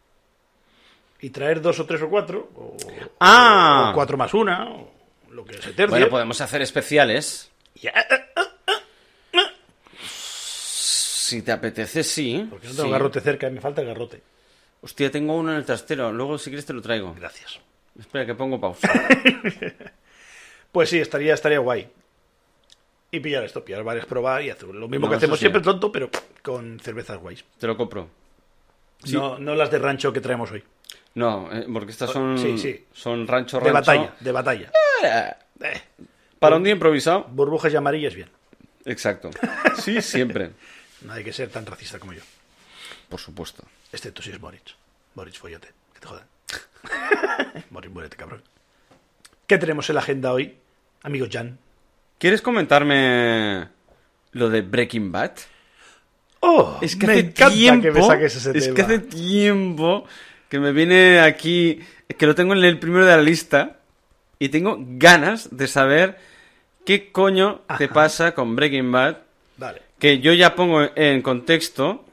S2: Y traer dos o tres o cuatro, o,
S1: ¡Ah!
S2: o cuatro más una, o lo que se tercie.
S1: Bueno, pues, podemos hacer especiales.
S2: Y- ah, ah, ah,
S1: Si te apetece, sí.
S2: Porque no tengo
S1: Sí.
S2: garrote cerca, me falta el garrote.
S1: Hostia, tengo uno en el trastero. Luego, si quieres, te lo traigo.
S2: Gracias.
S1: Espera, que pongo pausa.
S2: [COUGHS] Pues sí, estaría, estaría guay. Y pillar esto, pillar varias, probar y hacer lo mismo
S1: No,
S2: que hacemos
S1: eso sí.
S2: siempre tonto, pero con cervezas guays.
S1: te lo compro. Sí.
S2: No, no las de rancho que traemos hoy.
S1: No, eh, porque estas son.
S2: Sí, sí.
S1: Son rancho,
S2: De
S1: rancho.
S2: batalla, de batalla.
S1: Eh,
S2: Eh,
S1: Para un día improvisado.
S2: Burbujas y amarillas, bien.
S1: Exacto. Sí,
S2: [LAUGHS]
S1: siempre.
S2: No hay que ser tan racista como yo.
S1: Por supuesto.
S2: Excepto si es Boric. Boric, follate. Que
S1: [LAUGHS]
S2: te jodan. Boric, muérete, cabrón. ¿Qué tenemos en la agenda hoy, amigo Jan?
S1: ¿Quieres comentarme lo de Breaking Bad?
S2: ¡Oh!
S1: Es que
S2: me
S1: hace
S2: encanta
S1: tiempo.
S2: que me saques ese
S1: es
S2: tema.
S1: que hace tiempo que me viene aquí. Que lo tengo en el primero de la lista. Y tengo ganas de saber qué coño te
S2: Ajá.
S1: pasa con Breaking Bad.
S2: Vale.
S1: Que yo ya pongo en contexto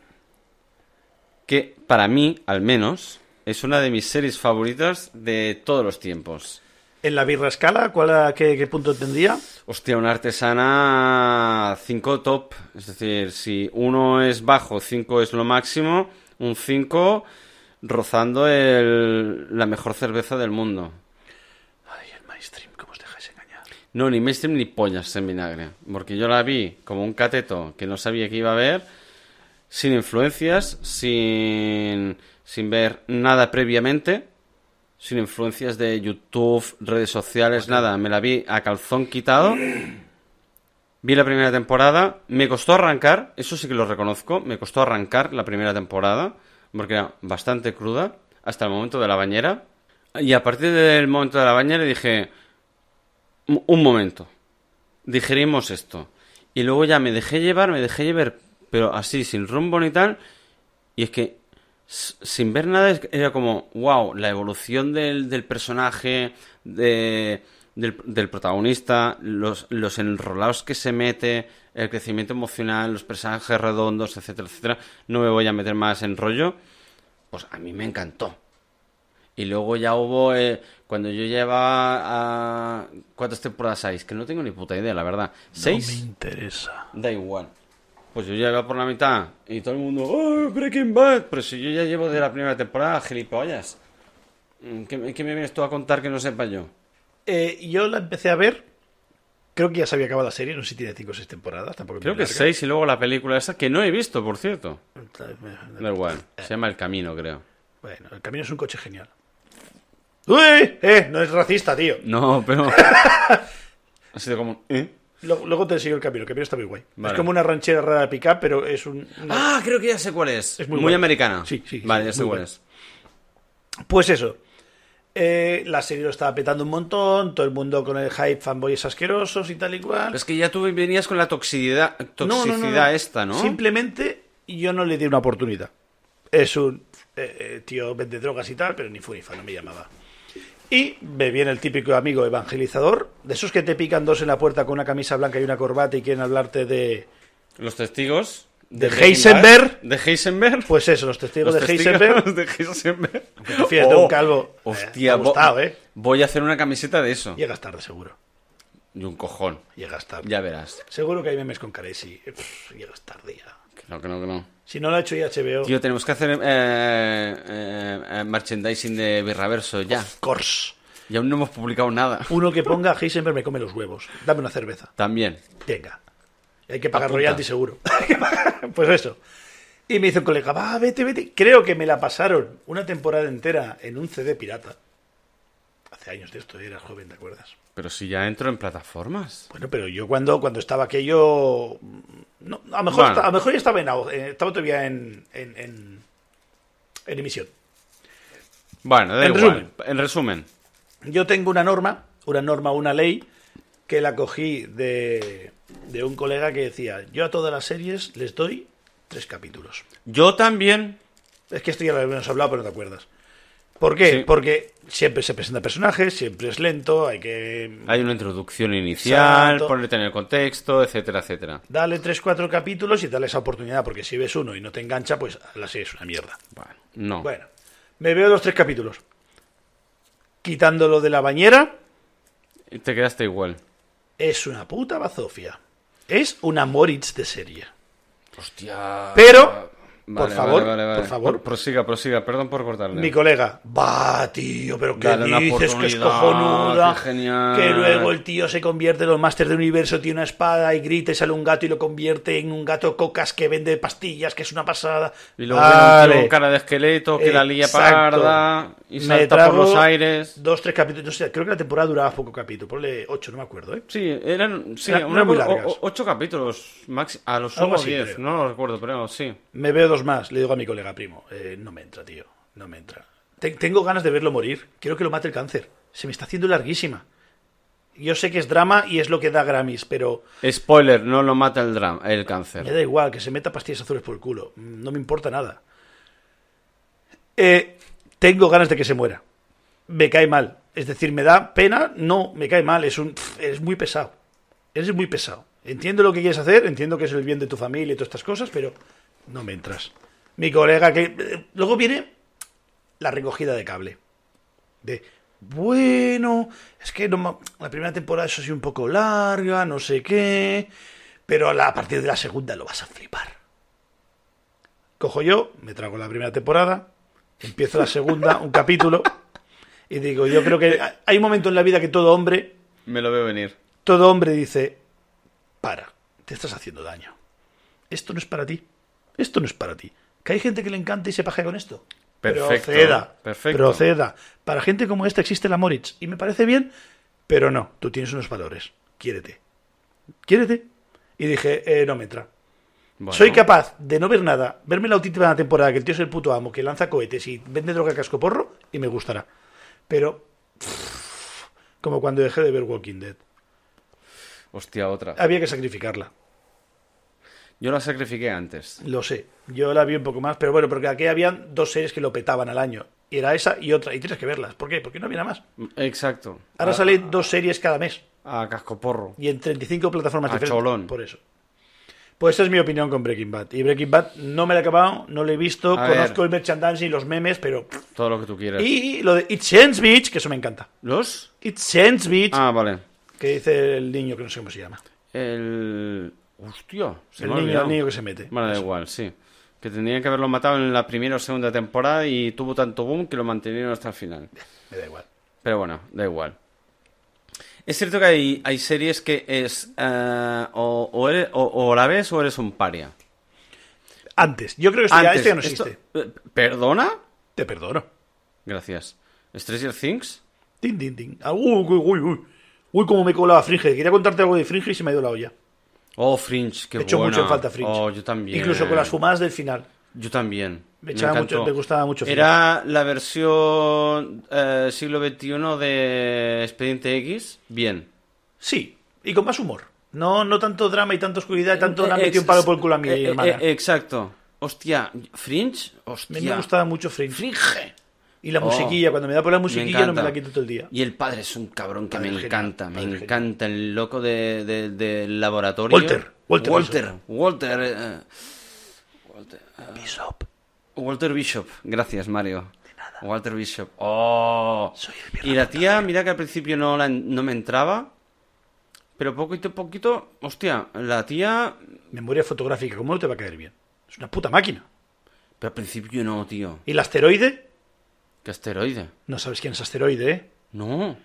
S1: que para mí, al menos, es una de mis series favoritas de todos los tiempos.
S2: ¿En la birra escala? ¿Cuál, a qué, qué punto tendría?
S1: Hostia, una artesana 5 top. Es decir, si uno es bajo, 5 es lo máximo. Un 5 rozando el- la mejor cerveza del mundo.
S2: Ay, el mainstream, ¿cómo os dejáis engañar?
S1: No, ni mainstream ni pollas en vinagre. Porque yo la vi como un cateto que no sabía que iba a ver. Sin influencias, sin, sin ver nada previamente. Sin influencias de YouTube, redes sociales, nada. Me la vi a calzón quitado. Vi la primera temporada. Me costó arrancar. Eso sí que lo reconozco. Me costó arrancar la primera temporada. Porque era bastante cruda. Hasta el momento de la bañera. Y a partir del momento de la bañera dije un un momento. Digerimos esto. Y luego ya me dejé llevar, me dejé llevar, pero así, sin rumbo ni tal. Y es que, s- sin ver nada, es que era como, wow, la evolución del, del personaje, de- del, del protagonista, los, los enrolados que se mete, el crecimiento emocional, los personajes redondos, etcétera, etcétera. No me voy a meter más en rollo. Pues a mí me encantó. Y luego ya hubo, eh, cuando yo llevaba a... ¿Cuántas temporadas hay? Es que no tengo ni puta idea, la verdad. ¿Seis?
S2: No me interesa.
S1: Da igual. Pues yo ya iba por la mitad y todo el mundo, ¡Oh, Breaking Bad! Pero si yo ya llevo de la primera temporada, gilipollas. Mm, ¿Qué, me- qué me vienes tú a contar que no sepa yo?
S2: Eh, yo la empecé a ver. Creo que ya se había acabado la serie. No sé si tiene 5 o 6 temporadas. Tampoco es
S1: Creo
S2: muy
S1: que
S2: larga.
S1: seis y luego la película esa que no he visto, por cierto. Da igual. Se llama El Camino, creo.
S2: Bueno, el camino es un coche genial. ¡Uy! ¡Eh! No es racista, tío.
S1: No,
S2: [LAUGHS]
S1: pero... ha sido como... un, ¿Eh?
S2: Lo- Luego te sigo el camino. El camino está muy guay.
S1: Vale.
S2: Es como una ranchera rara de pick-up, pero es un. una-
S1: Ah, creo que ya sé cuál es.
S2: Es muy
S1: muy
S2: buena.
S1: americana.
S2: Sí, sí, sí,
S1: Vale, ya
S2: es
S1: sé
S2: muy
S1: cuál
S2: buena.
S1: es.
S2: Pues eso. Eh, la serie lo estaba petando un montón. Todo el mundo con el hype, fanboys asquerosos y tal y cual.
S1: Pero Es que ya tú venías con la toxicidad,
S2: No, no,
S1: toxicidad
S2: no, no.
S1: esta, ¿no?
S2: Simplemente yo no le di una oportunidad. Es un eh, eh, tío vende drogas y tal, pero ni fu ni fa, no me llamaba. Y me viene el típico amigo evangelizador, de esos que te pican dos en la puerta con una camisa blanca y una corbata y quieren hablarte de...
S1: Los testigos
S2: De
S1: Breaking
S2: Heisenberg.
S1: Bad, De Heisenberg.
S2: Pues eso, los testigos
S1: Los
S2: [LAUGHS] de
S1: testigos [LAUGHS]
S2: Heisenberg.
S1: De Heisenberg. [LAUGHS] Oh,
S2: Aunque te fíes de un calvo. Eh,
S1: Hostia,
S2: me ha
S1: vo-
S2: gustado, ¿eh?
S1: voy a hacer una camiseta de eso.
S2: Llegas tarde, seguro.
S1: Y un cojón.
S2: Llegas tarde.
S1: Ya verás.
S2: Seguro que hay memes con Caresi. Pff, Llegas tarde ya.
S1: Que no, que no, que no.
S2: Si no lo ha hecho HBO,
S1: Tío, tenemos que hacer eh, eh, eh, merchandising de Birraverso ya.
S2: Cors.
S1: Y aún no hemos publicado nada.
S2: Uno que ponga Heisenberg me come los huevos. Dame una cerveza.
S1: También.
S2: Venga. Hay que pagar
S1: Apunta.
S2: royalty seguro. [LAUGHS] Hay que pagar- pues eso. Y me hizo un colega, va, vete, vete. Creo que me la pasaron una temporada entera en un CD pirata. Hace años de esto, era joven, ¿te acuerdas?
S1: Pero si ya entro en plataformas.
S2: Bueno, pero yo cuando, cuando estaba aquello... mm, No, a lo mejor,
S1: Bueno.
S2: esta- a lo mejor ya estaba en... au- eh, Estaba todavía en, en, en, en emisión.
S1: Bueno, da
S2: En
S1: igual.
S2: resumen.
S1: En resumen.
S2: Yo tengo una norma, una norma, una ley, que la cogí de, de un colega que decía, yo a todas las series les doy tres capítulos.
S1: Yo también
S2: Es que esto ya lo habíamos hablado, pero no te acuerdas. ¿Por qué?
S1: Sí.
S2: Porque siempre se presenta personajes, siempre es lento, hay que...
S1: Hay una introducción inicial,
S2: Exacto.
S1: ponerte en el contexto, etcétera, etcétera.
S2: Dale tres, cuatro capítulos y dale esa oportunidad, porque si ves uno y no te engancha, pues la serie es una mierda.
S1: Bueno, no.
S2: Bueno, me veo los tres capítulos. Quitándolo de la bañera,
S1: Te quedaste igual.
S2: es una puta bazofia. Es una Moritz de serie.
S1: Hostia.
S2: Pero
S1: Vale,
S2: por favor,
S1: vale, vale, vale.
S2: por favor.
S1: prosiga, prosiga, perdón por cortarle.
S2: Mi colega, va, tío, pero ¿qué
S1: Dale una
S2: dices? Que es
S1: oportunidad,
S2: cojonuda.
S1: qué genial.
S2: Que luego el tío se convierte en los máster del universo, tiene una espada y grita y sale un gato y lo convierte en un gato cocas que vende pastillas, que es una pasada.
S1: Y luego viene un tío con cara de esqueleto que la lía
S2: Exacto.
S1: parda y
S2: Me
S1: salta por
S2: trago
S1: los aires.
S2: Dos, tres capítulos. No sé, creo que la temporada duraba poco capítulo. Ponle ocho, no me acuerdo, ¿eh?
S1: Sí, eran sí,
S2: Eran- no
S1: una-
S2: eran muy
S1: o-
S2: largas.
S1: o- ocho capítulos, maxi- a los
S2: Algo
S1: sumo
S2: así,
S1: diez,
S2: creo.
S1: no lo recuerdo, pero sí.
S2: Me veo dos más, le digo a mi colega primo. eh, no me entra, tío. No me entra. Te- tengo ganas de verlo morir. Quiero que lo mate el cáncer. Se me está haciendo larguísima. Yo sé que es drama y es lo que da Grammys, pero
S1: Spoiler, no lo mata el, dram- el cáncer.
S2: me da igual que se meta pastillas azules por el culo. Mm, No me importa nada. Eh, tengo ganas de que se muera. Me cae mal. Es decir, me da pena. No, me cae mal. Es un. Es muy pesado. Eres muy pesado. Entiendo lo que quieres hacer, entiendo que es el bien de tu familia y todas estas cosas, pero no me entras. Mi colega que. eh, Luego viene la recogida de cable. De. Bueno, es que no ma- la primera temporada eso sí un poco larga, no sé qué. Pero a, la- a partir de la segunda lo vas a flipar. Cojo yo, me trago la primera temporada, empiezo la segunda, un capítulo, y digo, yo creo que hay un momento en la vida que todo hombre
S1: Me lo veo venir.
S2: todo hombre dice, para, te estás haciendo daño. Esto no es para ti. Esto no es para ti. Que hay gente que le encanta y se paja con esto.
S1: Perfecto,
S2: proceda.
S1: perfecto.
S2: Proceda. Para gente como esta existe la Moritz. Y me parece bien, pero no. Tú tienes unos valores. Quiérete. Quiérete. Y dije, eh, no me entra.
S1: Bueno.
S2: Soy capaz de no ver nada, verme la última temporada que el tío es el puto amo, que lanza cohetes y vende droga a cascoporro y me gustará. Pero. pff, como cuando dejé de ver Walking Dead.
S1: Hostia, otra.
S2: Había que sacrificarla.
S1: Yo la sacrifiqué antes.
S2: Lo sé. Yo la vi un poco más, pero bueno, porque aquí habían dos series que lo petaban al año. Y era esa y otra. Y tienes que verlas. ¿Por qué? Porque no había nada más.
S1: Exacto.
S2: Ahora
S1: A-
S2: salen dos series cada mes.
S1: A cascoporro.
S2: Y en 35 plataformas
S1: A
S2: diferentes.
S1: Ah, cholón.
S2: Por eso. Pues esa es mi opinión con Breaking Bad. Y Breaking Bad no me la he acabado, no lo he visto.
S1: A
S2: conozco
S1: ver.
S2: el merchandising y los memes, pero.
S1: Todo lo que tú quieras.
S2: Y lo de It Sends Beach, que eso me encanta.
S1: ¿Los?
S2: It Sends Beach,
S1: Ah, vale.
S2: que dice el niño que no sé cómo se llama.
S1: El. Hostia, se
S2: El
S1: me ha
S2: niño, el
S1: olvidado.
S2: niño que se mete.
S1: Bueno, da igual, sí. Que tendrían que haberlo matado en la primera o segunda temporada y tuvo tanto boom que lo mantuvieron hasta el final.
S2: Me da igual.
S1: Pero bueno, da igual. Es cierto que hay, hay series que es. eh, o, o eres- o- o la ves o eres un paria.
S2: Antes, yo creo que esto, ya, esto este ya no existe.
S1: esto- eh, ¿Perdona?
S2: Te perdono.
S1: Gracias. ¿Stranger Things?
S2: Tin, tin, tin. Ah, uy, uy, uy, uy. Uy, cómo me colaba Fringe. Quería contarte algo de Fringe y se me ha ido la olla.
S1: Oh, Fringe, qué
S2: He hecho
S1: buena.
S2: mucho en falta Fringe.
S1: Oh, yo también.
S2: Incluso con las fumadas del final.
S1: Yo también.
S2: Me echaba mucho-
S1: encantó.
S2: me gustaba mucho Fringe.
S1: Era la versión eh, siglo XXI de Expediente X. Bien.
S2: Sí, y con más humor. No, no tanto drama y tanta oscuridad y tanto me
S1: Eh,
S2: han metido
S1: ex-
S2: un palo por el culo a mi
S1: eh, eh,
S2: hermana.
S1: eh, exacto. Hostia, Fringe. Hostia.
S2: me, me gustaba mucho Fringe.
S1: Fringe.
S2: Y la
S1: Oh,
S2: musiquilla, cuando me da por la
S1: Me
S2: musiquilla no me
S1: encanta.
S2: la quito todo el día.
S1: Y el padre es un cabrón que
S2: Padre
S1: me
S2: genial,
S1: encanta, me
S2: padre genial.
S1: encanta el loco de- de- del laboratorio.
S2: Walter, Walter
S1: Walter,
S2: Bishop.
S1: Walter, eh,
S2: Bishop,
S1: Walter Bishop. Gracias, Mario. Walter Bishop. Oh.
S2: soy el
S1: Y
S2: viernes.
S1: la tía, mira que al principio no, la- no me entraba, pero poquito a poquito, hostia, la tía...
S2: Memoria fotográfica, ¿cómo no te va a caer bien? Es una puta máquina.
S1: Pero al principio no, tío.
S2: ¿Y el asteroide?
S1: ¿Qué asteroide?
S2: No sabes quién es asteroide, ¿eh?
S1: No.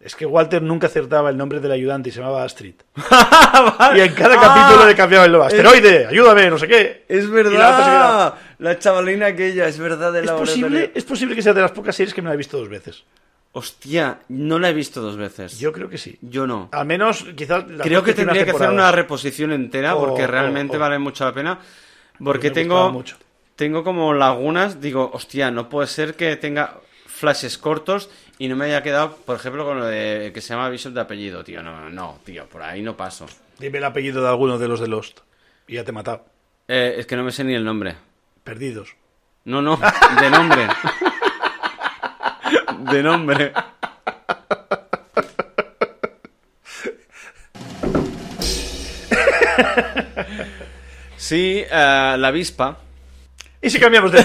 S2: Es que Walter nunca acertaba el nombre del ayudante y se llamaba Astrid. [LAUGHS] Y en cada capítulo le cambiaba Ah, el nombre. ¡Asteroide! ¡Ayúdame! No sé qué.
S1: Ah, Es
S2: Y la otra se quedaba.
S1: verdad. La chavalina aquella, es verdad del
S2: ¿Es posible, es posible que sea de las pocas series que me la he visto dos veces.
S1: Hostia, no la he visto dos veces.
S2: Yo creo que sí.
S1: Yo no.
S2: Al menos, quizás. las
S1: Creo
S2: dos
S1: que tendría que hacer
S2: primeras
S1: una
S2: temporadas.
S1: reposición entera
S2: Oh,
S1: porque
S2: oh,
S1: realmente
S2: oh.
S1: vale mucho la pena. Porque
S2: Me gustaba
S1: tengo,
S2: mucho.
S1: tengo como lagunas, digo, hostia, no puede ser que tenga flashes cortos y no me haya quedado, por ejemplo, con lo de que se llama Bishop de apellido, tío. No, no, tío, por ahí no paso.
S2: Dime el apellido de alguno de los de Lost. Y ya te he matado.
S1: Eh, es que no me sé ni el nombre.
S2: Perdidos.
S1: No, no, de nombre. De nombre. Sí, eh, la avispa.
S2: Y si cambiamos de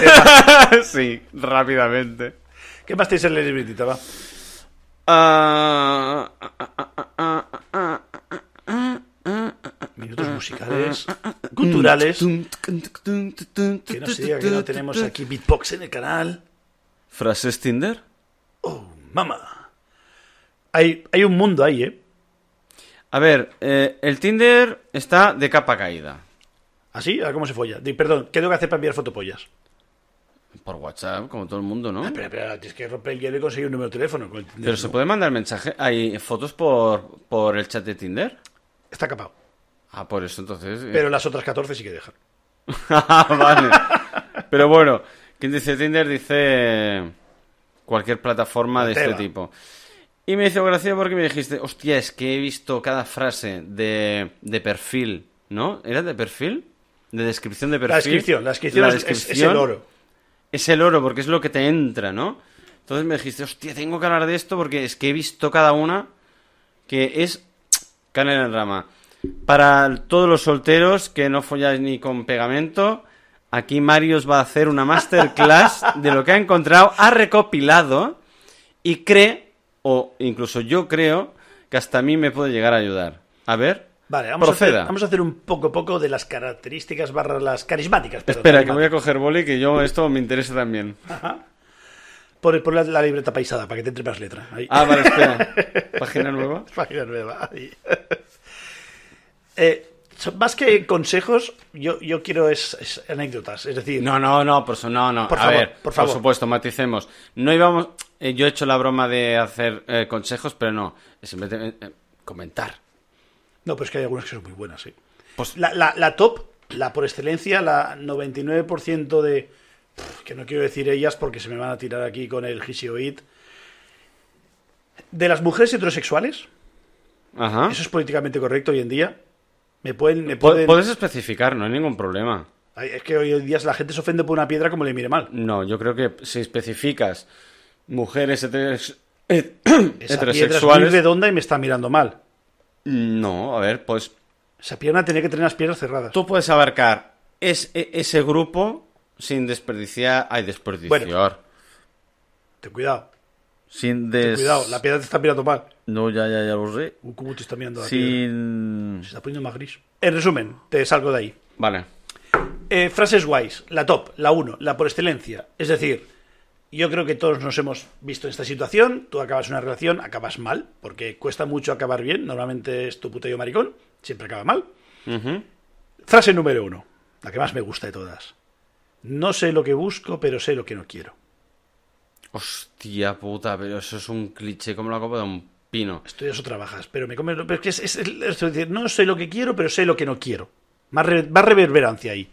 S1: [LAUGHS]
S2: tema.
S1: sí, rápidamente.
S2: ¿Qué más tenéis en la libretita, va?
S1: Ah, ah, ah, ah, ah, ah, ah, ah, ah, ah,
S2: Minutos
S1: [LAUGHS]
S2: musicales, culturales.
S1: Que
S2: Que no se diga que no tenemos aquí beatbox en el canal.
S1: ¿Frases Tinder?
S2: ¡Oh, mamá! Hay, hay un mundo ahí, ¿eh?
S1: A ver, eh, el Tinder está de capa caída.
S2: ¿Así? ¿A cómo se folla? Di, perdón, ¿qué tengo que hacer para enviar fotopollas?
S1: Por WhatsApp, como todo el mundo, ¿no?
S2: Espera, espera, tienes que romper el hielo y conseguir un número de teléfono. con el Tinder,
S1: Pero se
S2: ¿no?
S1: puede mandar mensaje. ¿Hay fotos por, por el chat de Tinder?
S2: Está capado.
S1: Ah, por eso entonces. eh.
S2: Pero las otras 14 sí que dejan.
S1: Ah, [LAUGHS] vale. Pero bueno, quien dice Tinder dice cualquier plataforma de
S2: Tela.
S1: este tipo. Y me hizo gracia porque me dijiste, hostia, es que he visto cada frase de, de perfil, ¿no? ¿Era de perfil? De descripción de perfil.
S2: La descripción, la descripción, es- es- Es, el oro.
S1: Es el oro, porque es lo que te entra, ¿no? Entonces me dijiste, hostia, tengo que hablar de esto porque es que he visto cada una que es canela en rama. Para todos los solteros que no folláis ni con pegamento, aquí Marios va a hacer una
S2: [LAUGHS]
S1: masterclass de lo que ha encontrado, ha recopilado y cree, o incluso yo creo, que hasta a mí me puede llegar a ayudar. A ver,
S2: Vale, vamos a, hacer,
S1: proceda.
S2: vamos a hacer un poco poco de las características barra las carismáticas. perdón,
S1: Espera, que voy a
S2: carismáticas.
S1: coger boli, que yo esto me interesa también.
S2: Por, por la, la libreta paisada, para que te entre más letra. Ahí.
S1: Ah, vale, espera. Página nueva.
S2: [LAUGHS] Página nueva. ahí. [LAUGHS] Eh, so- más que consejos, yo, yo quiero es, es anécdotas. Es decir,
S1: No, no, no, por, su- no, no.
S2: Por
S1: a
S2: favor,
S1: ver,
S2: por favor.
S1: supuesto, maticemos. No íbamos. eh, yo he hecho la broma de hacer eh, consejos, pero no. Es simplemente eh, comentar.
S2: no, pero es que hay algunas que son muy buenas. sí.
S1: Pues-
S2: la, la- la top, la por excelencia, la 99% de. Pff, Que no quiero decir ellas porque se me van a tirar aquí con el gisioid. De las mujeres heterosexuales,
S1: Ajá.
S2: eso es políticamente correcto hoy en día. Me pueden. Me
S1: Po-
S2: pueden
S1: Puedes especificar, no hay ningún problema.
S2: Ay, Es que hoy en día la gente se ofende por una piedra como le mire mal.
S1: No, yo creo que si especificas mujeres heteros- het-
S2: Esa piedra es muy
S1: heterosexuales.
S2: redonda y me está mirando mal.
S1: No, a ver, pues
S2: Esa pierna tenía que tener las piernas cerradas.
S1: tú puedes abarcar es- e- ese grupo sin desperdiciar. Ay, desperdiciar.
S2: Ten cuidado,
S1: sin
S2: ten
S1: des...
S2: cuidado. La piedra te está mirando mal.
S1: No, ya, ya, ya lo sé.
S2: Uh, ¿Cómo te está mirando la piedra?
S1: Sin.
S2: Se está poniendo más gris. En resumen, te salgo de ahí.
S1: Vale.
S2: Eh, frases guays. La top, la 1, la por excelencia. Es decir, yo creo que todos nos hemos visto en esta situación. Tú acabas una relación, acabas mal, porque cuesta mucho acabar bien. Normalmente es tu putello maricón. Siempre acaba mal.
S1: Ujú.
S2: Frase número uno, la que más me gusta de todas. No sé lo que busco, pero sé lo que no quiero.
S1: Hostia puta, pero eso es un cliché como la copa de un pino.
S2: Estudias o trabajas, pero me comes... lo- Pero es que es, es- es- es decir, no sé lo que quiero, pero sé lo que no quiero. Más, re- más reverberancia ahí. Y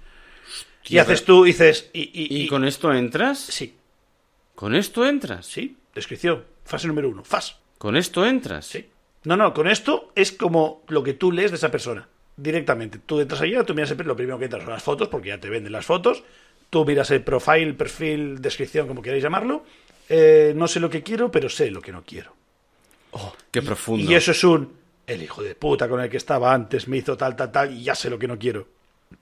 S1: Hostia,
S2: haces
S1: pero-
S2: tú, dices... Y, y-
S1: ¿Y,
S2: y-
S1: con esto entras?
S2: Sí,
S1: ¿Con esto entras?
S2: sí, descripción. Frase número uno, fas.
S1: ¿Con esto entras?
S2: Sí. No, no, con esto es como lo que tú lees de esa persona. Directamente. Tú entras allá, tú miras el- lo primero que entras son las fotos, porque ya te venden las fotos. Tú miras el profile, perfil, descripción, como queráis llamarlo. Eh, no sé lo que quiero, pero sé lo que no quiero.
S1: Qué profundo.
S2: Y eso es un. El hijo de puta con el que estaba antes me hizo tal, tal, tal, y ya sé lo que no quiero.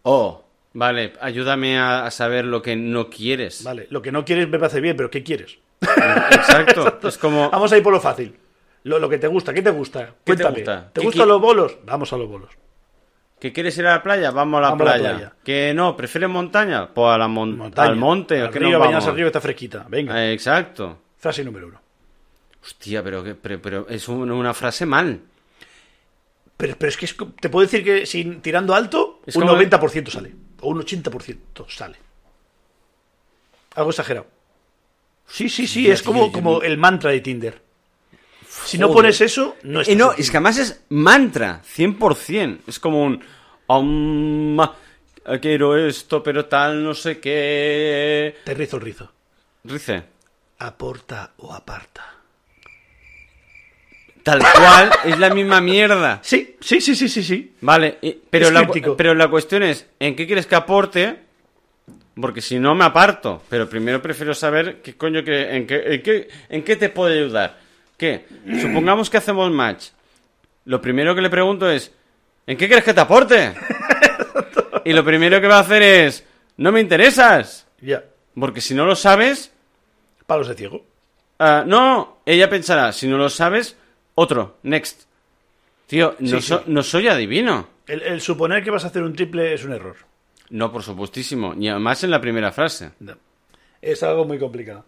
S1: Oh, vale, ayúdame a, a saber lo que no quieres.
S2: Vale, lo que no quieres me parece bien, pero ¿qué quieres?
S1: [LAUGHS] Exacto. Es como.
S2: Vamos a ir por lo fácil. Lo, lo que te gusta, ¿qué te gusta?
S1: ¿Qué te
S2: Cuéntame.
S1: gusta?
S2: ¿Te
S1: ¿Qué
S2: gustan
S1: qui-
S2: los bolos? Vamos a los bolos.
S1: ¿Que quieres ir a la playa? Vamos a la,
S2: Vamos a la
S1: playa.
S2: playa.
S1: ¿Que no? ¿Prefieres montaña? Pues a la mon-
S2: Montaña,
S1: al monte. ¿o
S2: al
S1: qué
S2: río,
S1: nos
S2: bañarse
S1: vamos?
S2: al río que está fresquita. Venga.
S1: Eh, Exacto.
S2: Frase número uno.
S1: Hostia, pero, que- pero, pero es un- una frase mal.
S2: Pero, pero es que es co- te puedo decir que sin, tirando alto,
S1: Es
S2: un
S1: como-
S2: 90% sale. O un 80% sale. Algo exagerado. Sí, sí, sí,
S1: Ya,
S2: es
S1: tío,
S2: como,
S1: yo
S2: como
S1: no-
S2: el mantra de Tinder. Si no
S1: Joder.
S2: pones eso, no
S1: Eh,
S2: es.
S1: no, es que además es mantra, 100%. Es como un... "Om, ma, quiero esto, pero tal, no sé qué...
S2: Te rizo el rizo.
S1: Rice.
S2: Aporta o aparta.
S1: Tal cual, es la misma mierda.
S2: Sí, sí, sí, sí, sí, sí.
S1: Vale, eh, pero,
S2: Es
S1: la,
S2: crítico.
S1: pero la cuestión es, ¿en qué quieres que aporte? Porque si no, me aparto. Pero primero prefiero saber qué coño que, en, qué, en, qué, en qué te puede ayudar.
S2: [CLEARS THROAT]
S1: ¿Qué? Supongamos que hacemos match. Lo primero que le pregunto es, ¿en qué quieres que te
S2: [LAUGHS]
S1: aporte? y lo primero que va a hacer es, no me interesas.
S2: Ya.
S1: Porque si no lo sabes,
S2: Palos de ciego.
S1: ah, no, ella pensará, si no lo sabes, otro, next. Tío, no,
S2: Sí,
S1: so-
S2: sí.
S1: no soy adivino.
S2: El, el suponer que vas a hacer un triple es un error.
S1: No, por supuestísimo. Y además en la primera frase.
S2: No. Es algo muy complicado.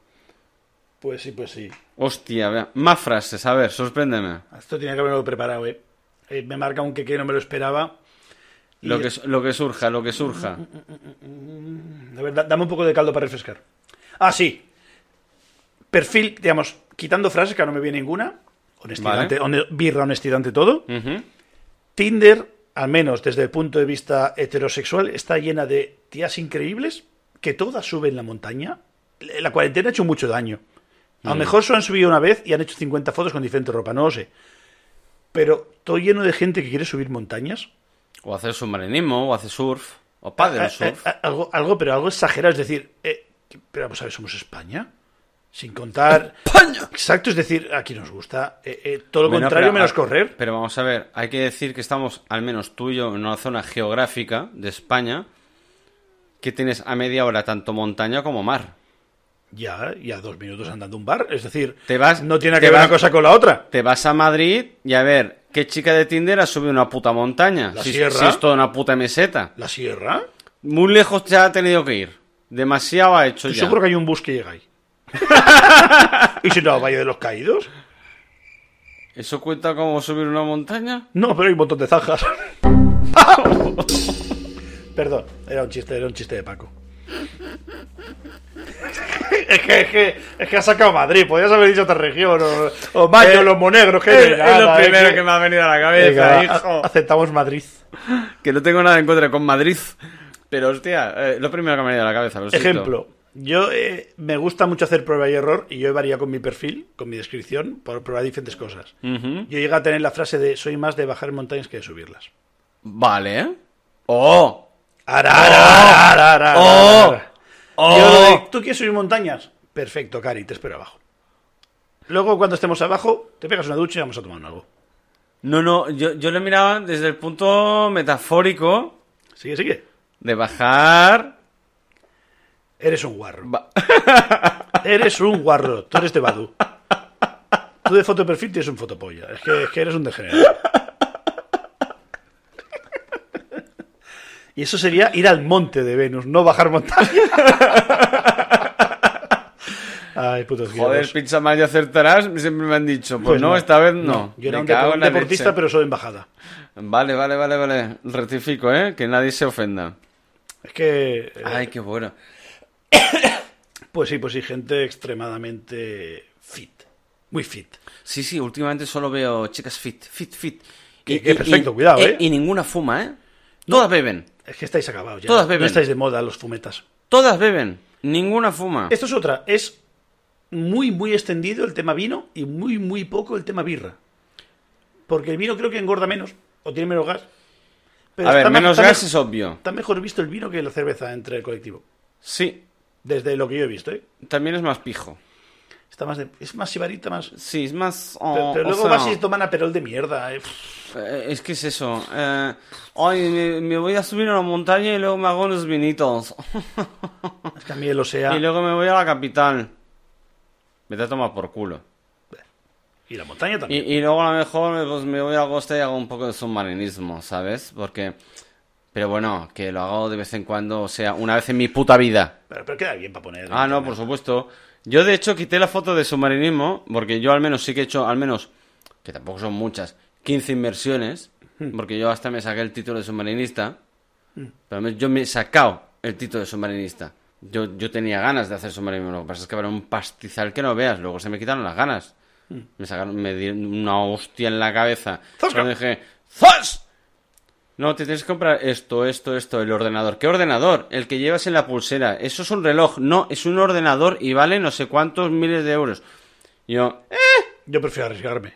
S2: Pues sí, pues sí.
S1: Hostia, vea. más frases. A ver, sorpréndeme.
S2: Esto tenía que haberlo preparado, eh. Eh, me marca un que no me lo esperaba. Y- Mm,
S1: Lo que, lo que surja, lo que surja.
S2: A ver, da- dame un poco de caldo para refrescar. Ah, sí. Perfil, digamos, quitando frases, que ahora no me viene ninguna. Honestidad,
S1: Vale. Mm.
S2: ante- hone- birra, honestidad ante todo.
S1: Ujú.
S2: Tinder, al menos desde el punto de vista heterosexual, está llena de tías increíbles que todas suben la montaña. La cuarentena ha hecho mucho daño.
S1: Mm.
S2: A lo mejor solo han subido una vez y han hecho 50 fotos con diferente ropa, no lo sé. Pero todo lleno de gente que quiere subir montañas.
S1: O hacer submarinismo, o hacer surf, o paddle
S2: Ah, ah,
S1: surf.
S2: ah, algo, algo, pero algo exagerado. Es decir, eh, pero vamos a ver, somos España. Sin contar. Exacto, es decir, aquí nos gusta eh, eh, todo lo
S1: Bueno,
S2: contrario
S1: pero- ah,
S2: menos correr.
S1: Pero vamos a ver, hay que decir que estamos, al menos tú y yo, en una zona geográfica de España que tienes a media hora tanto montaña como mar.
S2: Ya, ya dos minutos andando a un bar. Es decir,
S1: Te vas-
S2: no tiene
S1: te
S2: que ver
S1: vas-
S2: una cosa con la otra.
S1: Te vas a Madrid y a ver, ¿qué chica de Tinder ha subido una puta montaña?
S2: La
S1: si,
S2: sierra.
S1: si es toda una puta meseta.
S2: La sierra.
S1: Muy lejos ya ha tenido que ir. Demasiado ha hecho
S2: Estoy
S1: ya.
S2: seguro que hay un bus que llega ahí. [LAUGHS] ¿Y si no, al Valle de los Caídos?
S1: ¿Eso cuenta como subir una montaña?
S2: No, pero hay un montón de zanjas. [LAUGHS] Perdón, era un chiste, era un chiste de Paco. [LAUGHS] Es que, es, que, es que ha sacado Madrid, podías haber dicho otra región, o, o Mayo,
S1: Eh,
S2: los Monegros, que
S1: es,
S2: ni
S1: es lo
S2: nada, es
S1: primero
S2: que-
S1: que me ha venido a la cabeza,
S2: eh, Venga,
S1: hijo.
S2: a- aceptamos Madrid.
S1: Que no tengo nada en contra con Madrid. Pero hostia, eh, lo primero que me ha venido a la cabeza. Lo siento.
S2: Ejemplo, yo eh, me gusta mucho hacer prueba y error y yo he variado con mi perfil, con mi descripción, por probar diferentes cosas.
S1: Ujú.
S2: Yo llegué a tener la frase de soy más de bajar montañas que de subirlas.
S1: Oh. Vale. ¡Oh!
S2: Ara, ara, ara, ara, ara,
S1: ¡Oh!
S2: ara.
S1: ¡Oh!
S2: Yo lo de, ¿Tú quieres subir montañas? Perfecto, Cari, te espero abajo. Luego, cuando estemos abajo, te pegas una ducha y vamos a tomar algo.
S1: No, no, yo, yo lo miraba desde el punto metafórico
S2: Sigue, sigue.
S1: de bajar.
S2: Eres un guarro.
S1: ba-
S2: [LAUGHS] Eres un guarro. Tú eres de Badu. Tú de foto de perfil tienes un fotopolla. Es que, es que eres un degenerado. Y eso sería ir al monte de Venus, no
S1: [LAUGHS]
S2: bajar montaña. Ay, putos
S1: Joder,
S2: guiados.
S1: pizza más y acertarás. Siempre me han dicho. Pues,
S2: Pues
S1: no,
S2: no.
S1: esta vez no.
S2: Yo era
S1: Me
S2: un
S1: cago en la
S2: deportista,
S1: leche.
S2: pero solo embajada.
S1: Vale, vale, vale, vale. Rectifico, ¿eh? Que nadie se ofenda.
S2: Es que. eh,
S1: Ay, qué bueno.
S2: Pues sí, pues sí, gente extremadamente fit. Muy fit.
S1: Sí, sí, últimamente solo veo chicas fit, fit, fit.
S2: Que- que perfecto, cuidado, ¿eh?
S1: Y ninguna fuma, ¿eh? Todas beben.
S2: Es que estáis acabados ya.
S1: Todas beben.
S2: No estáis de moda los fumetas.
S1: Todas beben. Ninguna fuma.
S2: Esto es otra. Es muy, muy extendido el tema vino y muy, muy poco el tema birra. Porque el vino creo que engorda menos o tiene menos gas. Pero
S1: A ver,
S2: está me-
S1: menos
S2: está
S1: gas
S2: me-
S1: es obvio.
S2: Está mejor visto el vino que la cerveza entre el colectivo.
S1: Sí,
S2: Desde lo que yo he visto, ¿eh?
S1: también es más pijo.
S2: Está más de- es más sibarita, más.
S1: Sí, es más... oh,
S2: Pero, pero
S1: o
S2: luego
S1: sea,
S2: vas y toman aperol de mierda. eh.
S1: eh, Es que es eso. eh, ay, me, me voy a subir a la montaña y luego me hago unos vinitos.
S2: Es que a mí el
S1: [LAUGHS]
S2: Osea
S1: Y luego me voy a la capital. Me te a tomar por culo.
S2: y la montaña
S1: Y,
S2: también.
S1: y luego a lo mejor pues, me voy a la costa y hago un poco de submarinismo, ¿sabes? Porque... Pero bueno, que lo hago de vez en cuando, o sea, una vez en mi puta vida.
S2: Pero, pero queda bien para poner.
S1: Ah, no, por supuesto. Yo de hecho quité la foto de submarinismo, porque yo al menos sí que he hecho, al menos, que tampoco son muchas, 15 inversiones, porque yo hasta me saqué el título de submarinista. Pero al menos yo me he sacado el título de submarinista. Yo, yo tenía ganas de hacer submarinismo, lo que pasa es que era un pastizal que no veas, luego se me quitaron las ganas.
S2: Hmm.
S1: Me sacaron, me dieron una hostia en la cabeza.
S2: ¡Zasca!
S1: Cuando dije, ¡Zas! No, te tienes que comprar esto, esto, esto, el ordenador. ¿Qué ordenador? El que llevas en la pulsera. Eso es un reloj. No, es un ordenador y vale no sé cuántos miles de euros. Yo, eh,
S2: Yo prefiero arriesgarme.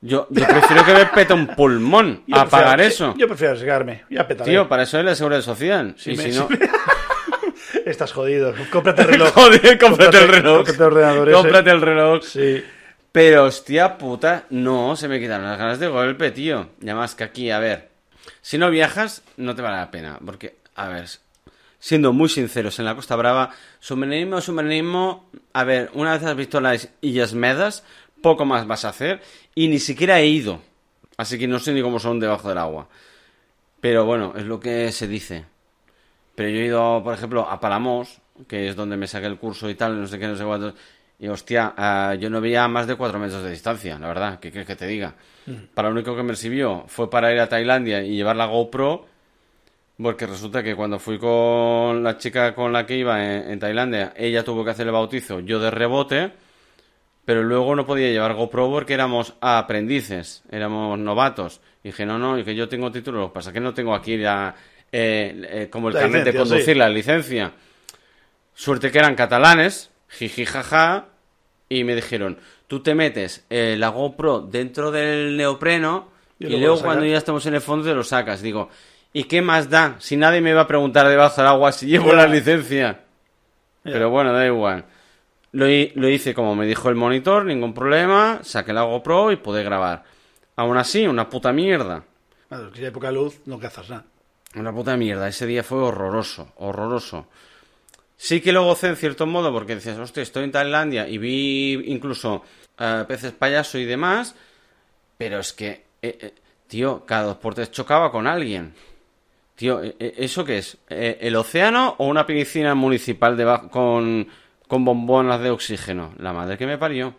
S1: yo, yo prefiero que me peta un pulmón
S2: [LAUGHS] Yo
S1: a
S2: prefiero-
S1: pagar
S2: sí,
S1: eso.
S2: Yo prefiero arriesgarme. Ya petaré.
S1: Tío, para eso es la seguridad social.
S2: Si
S1: y
S2: me-
S1: si no,
S2: [LAUGHS] si Estás jodido. [LAUGHS]
S1: [LAUGHS]
S2: Cómprate el reloj.
S1: Joder, cómprate el reloj.
S2: Cómprate el ordenador ese.
S1: Cómprate el reloj.
S2: Sí.
S1: Pero hostia puta, no, se me quitaron las ganas de golpe, tío. Y además que aquí, a ver, si no viajas, no te vale la pena. Porque, a ver, siendo muy sinceros, en la Costa Brava, submarinismo, submarinismo, a ver, una vez has visto las Illas Medas, poco más vas a hacer. Y ni siquiera he ido. Así que no sé ni cómo son debajo del agua. Pero bueno, es lo que se dice. Pero yo he ido, por ejemplo, a Palamos, que es donde me saqué el curso y tal, no sé qué, no sé cuánto. Y hostia, ah, yo no veía a más de 4 metros de distancia, la verdad, ¿qué quieres que te diga? Para lo único que me sirvió fue para ir a Tailandia y llevar la GoPro, porque resulta que cuando fui con la chica con la que iba en, en Tailandia, ella tuvo que hacer el bautizo, yo de rebote, pero luego no podía llevar GoPro porque éramos aprendices, éramos novatos. Y dije, no, no, y que yo tengo título, lo que pasa es que no tengo aquí la, eh, eh, como el
S2: La
S1: carnet de
S2: licencia, sí.
S1: conducir, la licencia. Suerte que eran catalanes, jiji jaja, y me dijeron, tú te metes eh, la GoPro dentro del neopreno
S2: Y
S1: y,
S2: luego lo
S1: luego
S2: sacas.
S1: cuando ya estamos en el fondo te lo sacas. Digo, ¿y qué más da? Si nadie me va a preguntar debajo del agua si llevo
S2: Ya.
S1: la licencia.
S2: Ya.
S1: Pero bueno, da igual. Lo, hi- lo hice como me dijo el monitor, ningún problema, saqué la GoPro y pude grabar. Aún así, una puta mierda.
S2: Claro, que si hay poca luz, no cazas nada.
S1: Una puta mierda, ese día fue horroroso, horroroso. Sí que lo gocé en cierto modo porque decías, hostia, estoy en Tailandia y vi incluso eh, peces payaso y demás, pero es que, eh, eh, tío, cada dos por tres chocaba con alguien. Tío, eh, eh, ¿eso qué es? Eh, ¿El océano o una piscina municipal deba- con, con bombonas de oxígeno? La madre que me parió.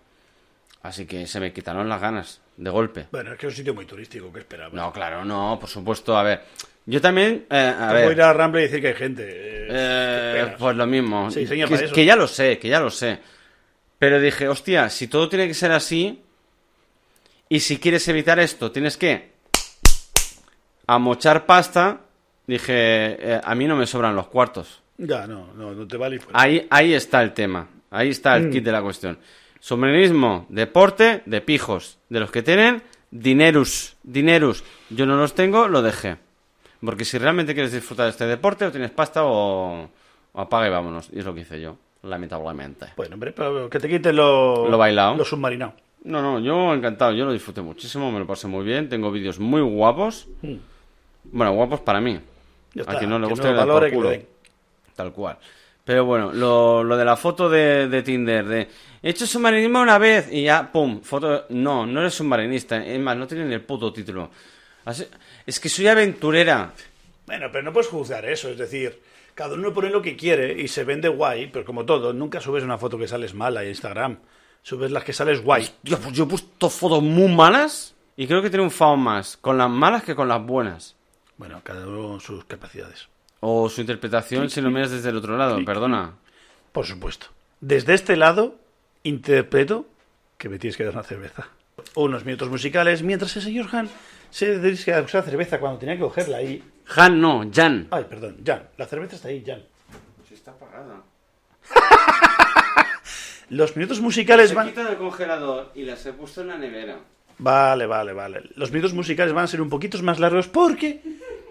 S1: Así que se me quitaron las ganas, de golpe.
S2: Bueno, es que es un sitio muy turístico, ¿qué esperaba?
S1: No, claro, no, por supuesto, a ver. Yo también, eh, a
S2: Te
S1: ver...
S2: puedo ir a Rambla y decir que hay gente. eh, ¿qué
S1: Eh,
S2: esperas?
S1: pues lo mismo.
S2: Sí, señor, para
S1: que,
S2: eso.
S1: que ya lo sé, que ya lo sé. Pero dije, hostia, si todo tiene que ser así, y si quieres evitar esto, tienes que amochar pasta, dije, eh, a mí no me sobran los cuartos.
S2: Ya, no, no, no te vale. y fuera.
S1: Ahí, ahí está el tema, ahí está el kit de la cuestión. Submarinismo, deporte, de pijos, de los que tienen dinerus, dinerus. Yo no los tengo, lo dejé. Porque si realmente quieres disfrutar de este deporte, o tienes pasta o, o apaga y vámonos. Y es lo que hice yo, lamentablemente.
S2: Bueno, hombre, pero que te quiten lo,
S1: Lo bailao.
S2: Lo submarinado.
S1: No, no, yo encantado, yo lo disfruté muchísimo, me lo pasé muy bien, tengo vídeos muy guapos. Bueno, guapos para mí.
S2: Mm. Ya
S1: a
S2: está,
S1: quien no le
S2: que
S1: guste
S2: no
S1: le da por
S2: valore, que
S1: culo.
S2: le den.
S1: Tal cual. Pero bueno, lo, lo de la foto de, de Tinder, de he hecho submarinismo una vez y ya, pum, foto. No, no eres submarinista, es más, no tienen el puto título. Así- es que soy aventurera.
S2: Bueno, pero no puedes juzgar eso, es decir, cada uno pone lo que quiere y se vende guay, pero como todo, nunca subes una foto que sales mala en Instagram, subes las que sales guay.
S1: Yo, pues yo he puesto fotos muy malas y creo que he triunfado más con las malas que con las buenas.
S2: Bueno, cada uno sus capacidades.
S1: O su interpretación si lo miras desde el otro lado, perdona.
S2: Por supuesto. Desde este lado, interpreto que me tienes que dar una cerveza. Unos minutos musicales, mientras ese Jorgen se dirige a usar cerveza cuando tenía que cogerla ahí.
S1: Han no, Jan.
S2: Ay, perdón, Jan, la cerveza está ahí, Jan.
S1: está apagada.
S2: Los minutos musicales van...
S1: del congelador y las he puesto en la nevera.
S2: Vale, vale, vale. Los minutos musicales van a ser un poquito más largos porque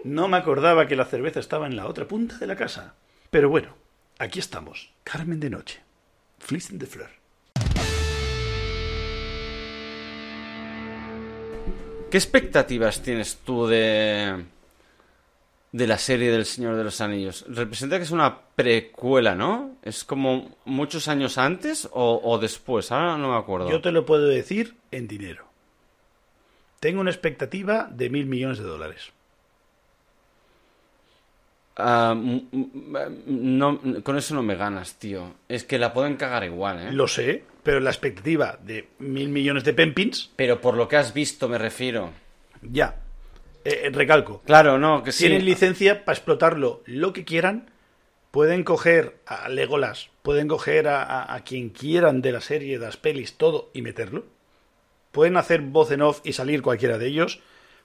S2: no me acordaba que la cerveza estaba en la otra punta de la casa. Pero bueno, aquí estamos. Carmen de Noche. Flissen de Fleur.
S1: ¿Qué expectativas tienes tú de de la serie del Señor de los Anillos? Representa que es una precuela, ¿no? ¿Es como muchos años antes o, o después? Ahora no me acuerdo.
S2: Yo te lo puedo decir en dinero. Tengo una expectativa de mil millones de dólares.
S1: Ah, m- m- no, con eso no me ganas, tío. Es que la pueden cagar igual, ¿eh?
S2: Lo sé, pero la expectativa de mil millones de pempins,
S1: Pero por lo que has visto me refiero.
S2: ya. Eh, eh, recalco.
S1: Claro, no, que sí.
S2: Tienen licencia para explotarlo lo que quieran. Pueden coger a Legolas, pueden coger a, a- a quien quieran de la serie, de las pelis, todo y meterlo. Pueden hacer voz en off y salir cualquiera de ellos.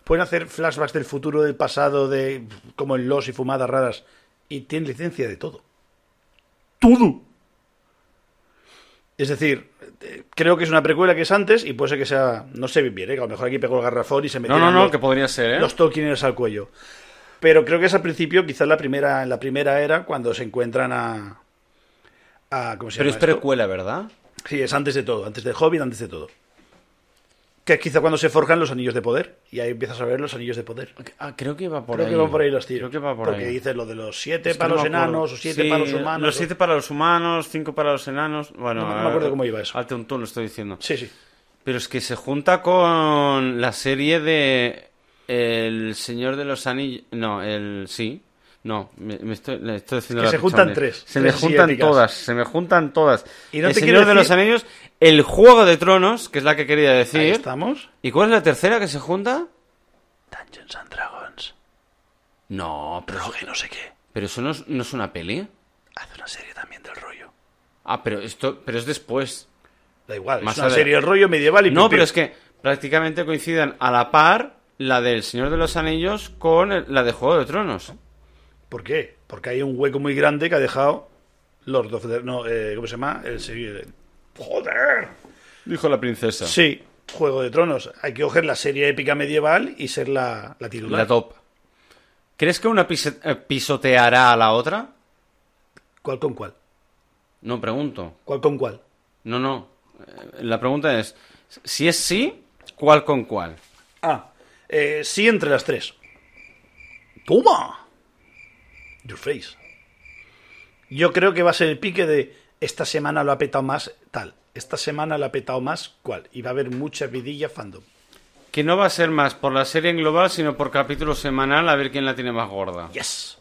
S2: Pueden hacer flashbacks del futuro, del pasado, de como en los y fumadas raras. Y tienen licencia de todo. ¡Todo! Es decir, eh, creo que es una precuela que es antes y puede ser que sea. No sé bien, ¿eh? que a lo mejor aquí pegó el garrafón y se metió
S1: No, no, no, que podría ser, ¿eh?
S2: los Tolkieneros al cuello. Pero creo que es al principio, quizás la primera, en la primera era, cuando se encuentran a. a- ¿Cómo se
S1: Pero es
S2: llama? esto?
S1: precuela, ¿verdad?
S2: Sí, es antes de todo, antes de Hobbit, antes de todo. Que es quizá cuando se forjan los anillos de poder. Y ahí empiezas a ver los anillos de poder.
S1: Ah, creo que va por
S2: creo
S1: ahí.
S2: que van por ahí los tiros.
S1: Creo que va por
S2: Porque
S1: ahí.
S2: dices lo de los siete
S1: Es que
S2: para los
S1: no me acuerdo.
S2: enanos, o siete
S1: Sí,
S2: para los humanos.
S1: Los siete para los humanos, cinco para los enanos. Bueno, ah,
S2: No me- no
S1: a
S2: me
S1: ver,
S2: acuerdo cómo iba eso.
S1: Hazte un tono, estoy diciendo.
S2: Sí, sí.
S1: Pero es que se junta con la serie de El Señor de los Anillos. No, el. Sí. No, me, me estoy, le estoy diciendo
S2: que
S1: la
S2: se
S1: pichón,
S2: juntan
S1: eh.
S2: tres,
S1: Se me
S2: tres
S1: juntan
S2: asiáticas.
S1: todas, se me juntan todas.
S2: Y no
S1: el
S2: te
S1: Señor
S2: quiero
S1: de los
S2: decir-
S1: Anillos, El Juego de Tronos, que es la que quería
S2: Ahí
S1: decir.
S2: estamos.
S1: ¿Y cuál es la tercera que se junta?
S2: Dungeons and Dragons.
S1: No, pero,
S2: Rogue no sé qué.
S1: pero eso no es, no es una peli.
S2: Hace una serie también del rollo.
S1: Ah, pero esto pero es después.
S2: Da igual,
S1: Más
S2: es una
S1: adelante.
S2: serie del rollo medieval y
S1: No,
S2: pim,
S1: pero
S2: pim.
S1: es que prácticamente coinciden a la par la del Señor de los Anillos con el- la de Juego de Tronos.
S2: ¿Por qué? Porque hay un hueco muy grande que ha dejado Lord of the... No, eh, ¿cómo se llama? El... se- ¡Joder!
S1: Dijo la princesa.
S2: Sí, Juego de Tronos. Hay que coger la serie épica medieval y ser la, la titular.
S1: La top. ¿Crees que una pise- eh, pisoteará a la otra?
S2: ¿Cuál con cuál?
S1: No pregunto.
S2: ¿Cuál con cuál?
S1: No, no. Eh, La pregunta es, si es sí, ¿cuál con cuál?
S2: Ah, eh, sí entre las tres. ¡Toma! Your face. Yo creo que va a ser el pique de esta semana lo ha petado más tal, esta semana lo ha petado más cual, y va a haber mucha vidilla fandom.
S1: Que no va a ser más por la serie en global, sino por capítulo semanal a ver quién la tiene más gorda.
S2: ¡Yes!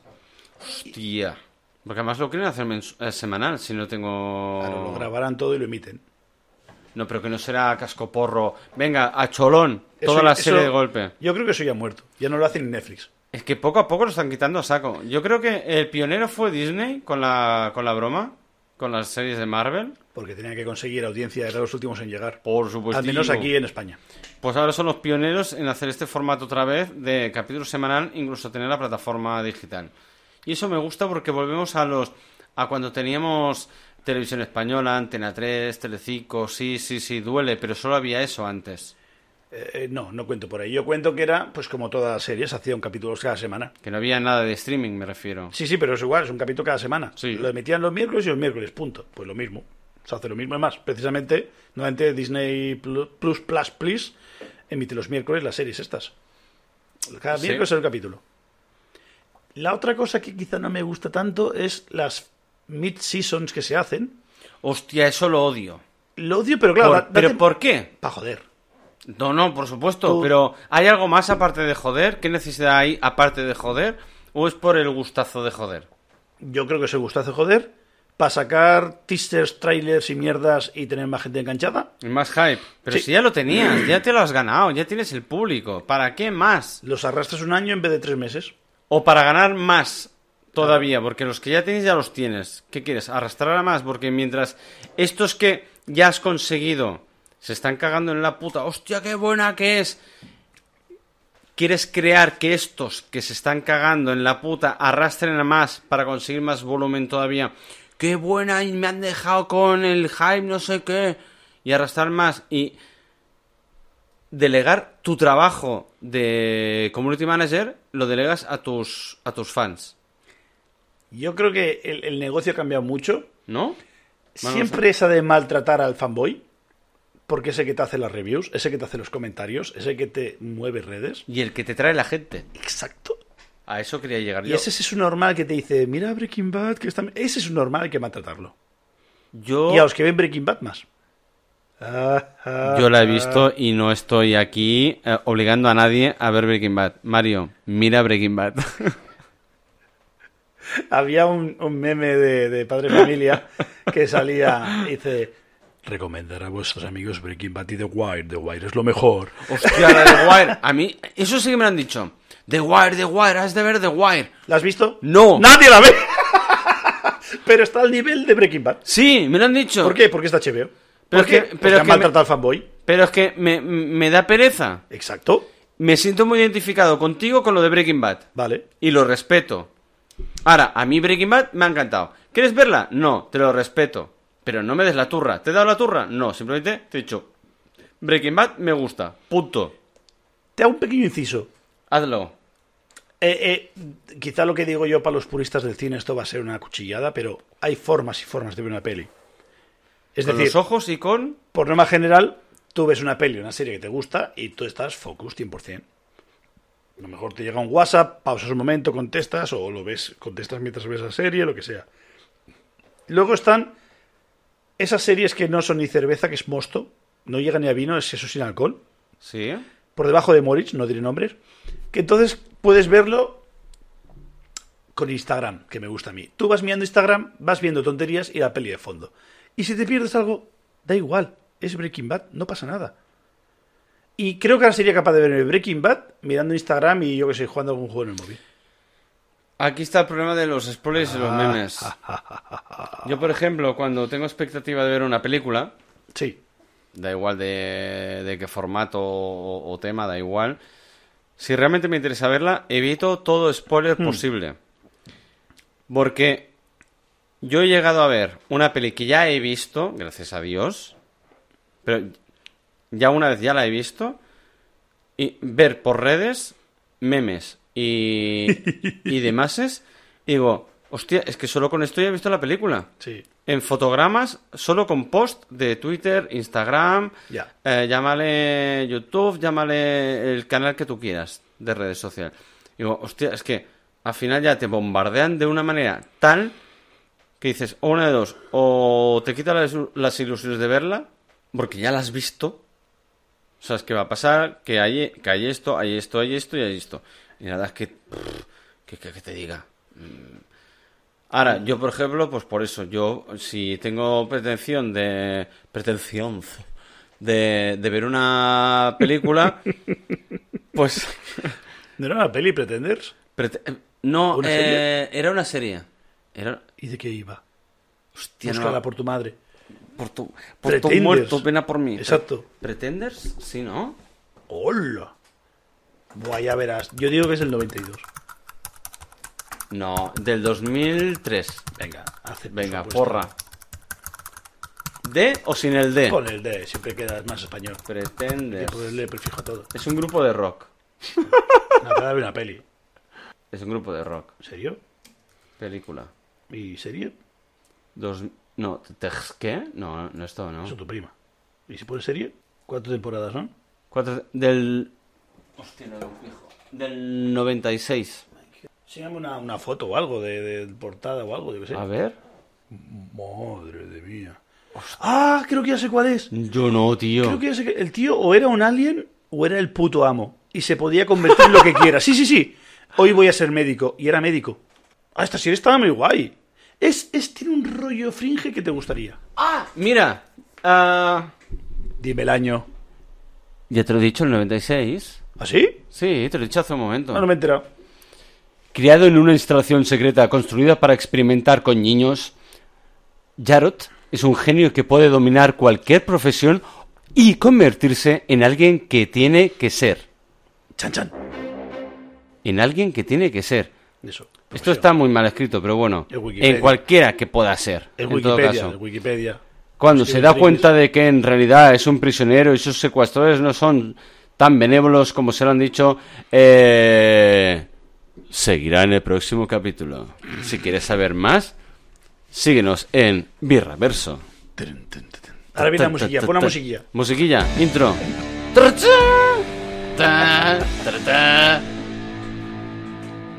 S1: Hostia. Porque además lo quieren hacer mens- eh, semanal, si no tengo...
S2: Claro, lo grabarán todo y lo emiten.
S1: No, pero que no será cascoporro. Venga, a cholón,
S2: Eso-
S1: toda la
S2: eso-
S1: serie de golpe.
S2: Yo creo que eso ya ha muerto. Ya no lo hacen en Netflix.
S1: Es que poco a poco lo están quitando a saco. Yo creo que el pionero fue Disney con la, con la broma, con las series de Marvel.
S2: Porque tenían que conseguir audiencia, eran los últimos en llegar.
S1: Por supuesto.
S2: Al menos aquí en España.
S1: Pues ahora son los pioneros en hacer este formato otra vez de capítulo semanal, incluso tener la plataforma digital. Y eso me gusta porque volvemos a los a cuando teníamos televisión española, Antena 3, Telecinco, sí, sí, sí, duele, pero solo había eso antes,
S2: Eh, eh, no, no cuento por ahí. Yo cuento que era, pues como todas las series, hacía un capítulo cada semana.
S1: que no había nada de streaming, me refiero.
S2: Sí, sí, pero es igual, es un capítulo cada semana.
S1: Sí.
S2: Lo emitían los miércoles y los miércoles, punto. Pues lo mismo. Se hace lo mismo. Es más, precisamente, nuevamente Disney Plus Plus Plus, Plus emite los miércoles las series estas. Cada
S1: Sí.
S2: miércoles es el capítulo. La otra cosa que quizá no me gusta tanto es las mid-seasons que se hacen.
S1: Hostia, eso lo odio.
S2: Lo odio, pero claro,
S1: Por-
S2: da-
S1: ¿Pero
S2: date-
S1: por qué?
S2: Pa' joder.
S1: No, no, por supuesto,
S2: Tú-
S1: pero ¿hay algo más aparte de joder? ¿Qué necesidad hay aparte de joder? ¿O es por el gustazo de joder?
S2: Yo creo que se gusta hacer joder. Para sacar teasers, trailers y mierdas y tener más gente enganchada.
S1: Y Más hype. Pero
S2: Sí.
S1: si ya lo tenías, ya te lo has ganado, ya tienes el público. ¿Para qué más?
S2: Los arrastras un año en vez de tres meses.
S1: O para ganar más todavía, porque los que ya tienes ya los tienes. ¿Qué quieres? Arrastrar a más, porque mientras estos que ya has conseguido se están cagando en la puta, hostia, qué buena que es. ¿Quieres crear que estos que se están cagando en la puta arrastren a más para conseguir más volumen todavía? ¡Qué buena! Y me han dejado con el hype, no sé qué. Y arrastrar más. Y delegar tu trabajo de community manager, lo delegas a tus, a tus fans,
S2: Yo creo que el, el negocio ha cambiado mucho.
S1: ¿no? Bueno,
S2: Siempre esa de maltratar al fanboy, porque ese que te hace las reviews, ese que te hace los comentarios, ese que te mueve redes.
S1: Y el que te trae la gente.
S2: Exacto.
S1: A eso quería llegar
S2: Y
S1: yo.
S2: ese es un normal que te dice, mira Breaking Bad, que está... Ese es un normal, hay que maltratarlo.
S1: Yo,
S2: Y a los que ven Breaking Bad más. Ah, ah,
S1: yo la he
S2: ah.
S1: visto y no estoy aquí eh, obligando a nadie a ver Breaking Bad. Mario, mira Breaking
S2: [LAUGHS]
S1: Bad.
S2: ah. Había un, un meme de, de
S1: [LAUGHS]
S2: Padre Familia que salía, dice, recomendar a vuestros amigos Breaking Bad y The Wire. The Wire es lo mejor.
S1: Hostia, la de The Wire. A mí, eso sí que me lo han dicho. The Wire, The Wire, has de ver The Wire.
S2: ¿La has visto?
S1: No.
S2: Nadie la ve. [LAUGHS] pero está al nivel de Breaking Bad.
S1: Sí, me lo han dicho.
S2: ¿Por qué? Porque está HBO.
S1: Pero
S2: ¿Por qué?
S1: que-
S2: Porque
S1: pero
S2: han
S1: que me-
S2: maltratado al fanboy.
S1: Pero es que me, me da pereza.
S2: Exacto.
S1: Me siento muy identificado contigo con lo de Breaking Bad.
S2: Vale.
S1: y lo respeto. Ahora, a mí Breaking Bad me ha encantado. ¿Quieres verla? No, te lo respeto. Pero no me des la turra. ¿Te he dado la turra? No, simplemente te he dicho, Breaking Bad me gusta. Punto.
S2: Te hago un pequeño inciso.
S1: Hazlo.
S2: Eh, eh, quizá lo que digo yo para los puristas del cine, esto va a ser una cuchillada, pero hay formas y formas de ver una peli. Es
S1: con
S2: decir,
S1: los ojos y con...
S2: por norma general, tú ves una peli, una serie que te gusta y tú estás focus 100%. A lo mejor te llega un WhatsApp, pausas un momento, contestas o lo ves, contestas mientras ves la serie, lo que sea. Luego están esas series que no son ni cerveza, que es mosto, no llega ni a vino, es eso sin alcohol.
S1: Sí.
S2: Por debajo de Moritz, no diré nombres. Que entonces puedes verlo con Instagram, que me gusta a mí. Tú vas mirando Instagram, vas viendo tonterías y la peli de fondo. Y si te pierdes algo, da igual. Es Breaking Bad, no pasa nada. Y creo que ahora sería capaz de verme Breaking Bad mirando Instagram y yo que sé, jugando algún juego en el móvil.
S1: Aquí está el problema de los spoilers y los [LAUGHS] memes. Yo, por ejemplo, cuando tengo expectativa de ver una película,
S2: Sí.
S1: da igual de, de qué formato o, o tema, da igual. Si realmente me interesa verla, evito todo spoiler posible. Porque yo he llegado a ver una peli que ya he visto, gracias a Dios, pero ya una vez ya la he visto, y ver por redes memes y, y demases, y digo, hostia, es que solo con esto ya he visto la película.
S2: Sí.
S1: En fotogramas, solo con post de Twitter, Instagram,
S2: Ya.
S1: eh, llámale YouTube, llámale el canal que tú quieras de redes sociales. Digo, hostia, es que al final ya te bombardean de una manera tal que dices, o una de dos, o te quita las, las ilusiones de verla, porque ya la has visto. O sea, es que va a pasar que hay, que hay esto, hay esto, hay esto y hay esto. Y nada, es que... pff, que, que- que te diga.
S2: Mm.
S1: Ahora, yo por ejemplo, pues por eso, yo si tengo pretensión de. pretensión [LAUGHS] de, de ver una
S2: [LAUGHS]
S1: película, pues.
S2: ¿No era una peli Pretenders?
S1: prete- no,
S2: ¿Una
S1: eh, era una serie. Era.
S2: ¿Y de qué iba?
S1: Hostia, no,
S2: Búscala por tu madre.
S1: por tu, por tu
S2: Pretenders.
S1: muerto, pena por mí.
S2: Exacto.
S1: ¿Pretenders? Sí, ¿no?
S2: ¡Hola! Buah, ya verás. Yo digo que es el 92.
S1: No, del 2003.
S2: Venga, hace
S1: Venga,
S2: presupuesto.
S1: porra. ¿De o sin el D?
S2: Con el D, siempre quedas más español. Y
S1: Pretenders.
S2: ponerle prefijo a todo.
S1: Es un grupo de rock.
S2: Me acaba de ver una peli.
S1: Es un grupo de rock.
S2: ¿Serio?
S1: Película.
S2: ¿Y serie?
S1: Dos... No, ¿te- ¿qué? No, no esto, no.
S2: Eso tu prima. ¿Y si pones serie? ¿Cuántas temporadas son?
S1: Cuatro... Del... Hostia, no lo fijo. Del 96.
S2: Sígame una, una foto o algo de, de portada o algo, yo qué sé.
S1: A ver.
S2: Madre de mía. Ah, creo que ya sé cuál es.
S1: Yo no, tío.
S2: Creo que ya sé que el tío o era un alien o era el puto amo. Y se podía convertir en lo que quiera. Sí, sí, sí. Hoy voy a ser médico. Y era médico. Ah, esta serie estaba muy guay. Es, es tiene un rollo fringe que te gustaría.
S1: ¡Ah! Mira. ah,
S2: Dime el año.
S1: Ya te lo he dicho, el 96.
S2: ¿Ah, sí? Ah,
S1: Sí, te lo he dicho hace un momento.
S2: No, no me he enterado.
S1: Criado en una instalación secreta construida para experimentar con niños, Jarrett es un genio que puede dominar cualquier profesión y convertirse en alguien que tiene que ser.
S2: Chan, chan.
S1: En alguien que tiene que ser.
S2: Eso.
S1: Esto está muy mal escrito, pero bueno,
S2: En Wikipedia.
S1: en cualquiera que pueda ser.
S2: En
S1: en todo
S2: Wikipedia.
S1: caso.
S2: en Wikipedia.
S1: Cuando
S2: Sí,
S1: se da
S2: Rodríguez.
S1: cuenta de que en realidad es un prisionero y sus secuestradores no son tan benévolos como se lo han dicho, eh, seguirá en el próximo capítulo. Si quieres saber más, síguenos en Birraverso.
S2: Tren, tren, tren, tren. Ahora viene la musiquilla. Pon la musiquilla.
S1: Musiquilla, intro.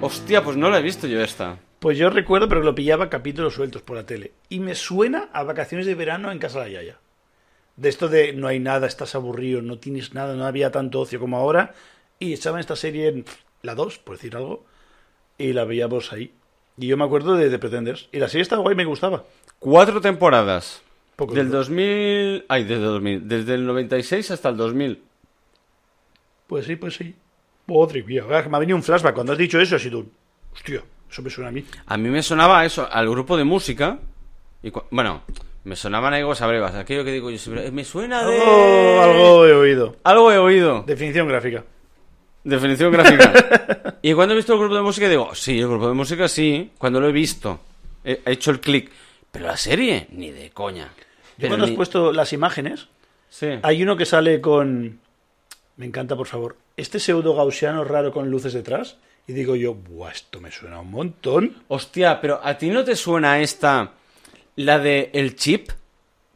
S1: Hostia, pues no la he visto yo esta.
S2: Pues yo recuerdo, pero lo pillaba capítulos sueltos por la tele. Y me suena a vacaciones de verano en casa de la Yaya. De esto de no hay nada, estás aburrido, no tienes nada, no había tanto ocio como ahora. Y echaban esta serie en la 2, por decir algo. Y la veíamos ahí. Y yo me acuerdo de The Pretenders. Y la serie estaba guay, me gustaba.
S1: Cuatro temporadas.
S2: Poco
S1: del
S2: duro.
S1: 2000. Ay, desde 2000. Desde el 96 hasta el 2000.
S2: Pues sí, pues sí. Madre mía, ahora me ha venido un flashback cuando has dicho eso, así tú. Hostia, eso me suena a mí.
S1: A mí me sonaba eso, al grupo de música. Y cua- bueno, me sonaban algo a brevas. Aquello que digo yo siempre. "Eh, Me suena de.
S2: Algo, algo he oído.
S1: Algo he oído.
S2: Definición gráfica.
S1: Definición
S2: [LAUGHS]
S1: gráfica. y cuando he visto el grupo de música, digo, sí, el grupo de música sí. Cuando lo he visto, he he hecho el clic. Pero la serie, ni de coña.
S2: Yo
S1: Pero
S2: cuando has
S1: ni-
S2: puesto las imágenes,
S1: Sí.
S2: Hay uno que sale con. Me encanta, por favor. Este pseudo gaussiano raro con luces detrás. Y digo yo, Buah, esto me suena un montón.
S1: Hostia, pero ¿a ti no te suena esta, la de El Chip?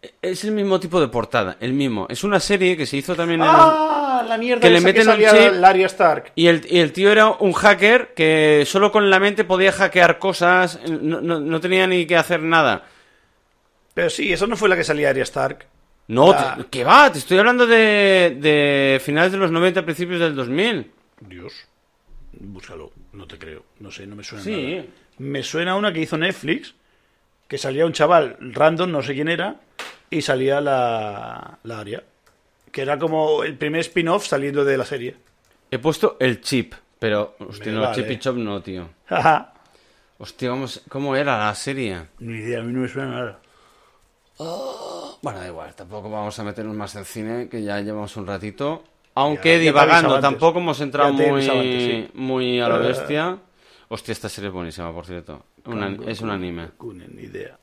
S1: E-, Es el mismo tipo de portada, el mismo. Es una serie que se hizo también en...
S2: ¡Ah! La mierda
S1: Que le
S2: esa
S1: meten un
S2: salía
S1: chip.
S2: Larry Stark.
S1: Y el, y el tío era un hacker que solo con la mente podía hackear cosas, no, no- no tenía ni que hacer nada.
S2: Pero sí, esa no fue la que salía Arya Stark.
S1: No,
S2: La-
S1: te- que va, te estoy hablando de, de finales de los 90, principios del 2000.
S2: Dios. Búscalo, no te creo. No sé, no me suena
S1: Sí.
S2: nada. Me suena una que hizo Netflix, que salía un chaval random, no sé quién era, y salía la, la Aria. Que era como el primer spin-off saliendo de la serie. [LAUGHS]
S1: He puesto el chip, pero, hostia,
S2: Me
S1: no,
S2: vale.
S1: chip y chop no, tío.
S2: Jaja.
S1: Hostia, ¿cómo, se- cómo era la serie?
S2: Ni idea, a mí no me suena nada.
S1: Bueno, da igual, tampoco vamos a meternos más en cine, que ya llevamos un ratito. Aunque
S2: Ya- ya te avisaba
S1: divagando,
S2: antes.
S1: tampoco hemos entrado
S2: Ya te
S1: muy,
S2: avisaba antes, sí.
S1: muy a la
S2: Eh.
S1: bestia. Hostia, esta serie es buenísima, por cierto. Una- es un
S2: [LAUGHS]
S1: anime.
S2: Kunen, ni idea.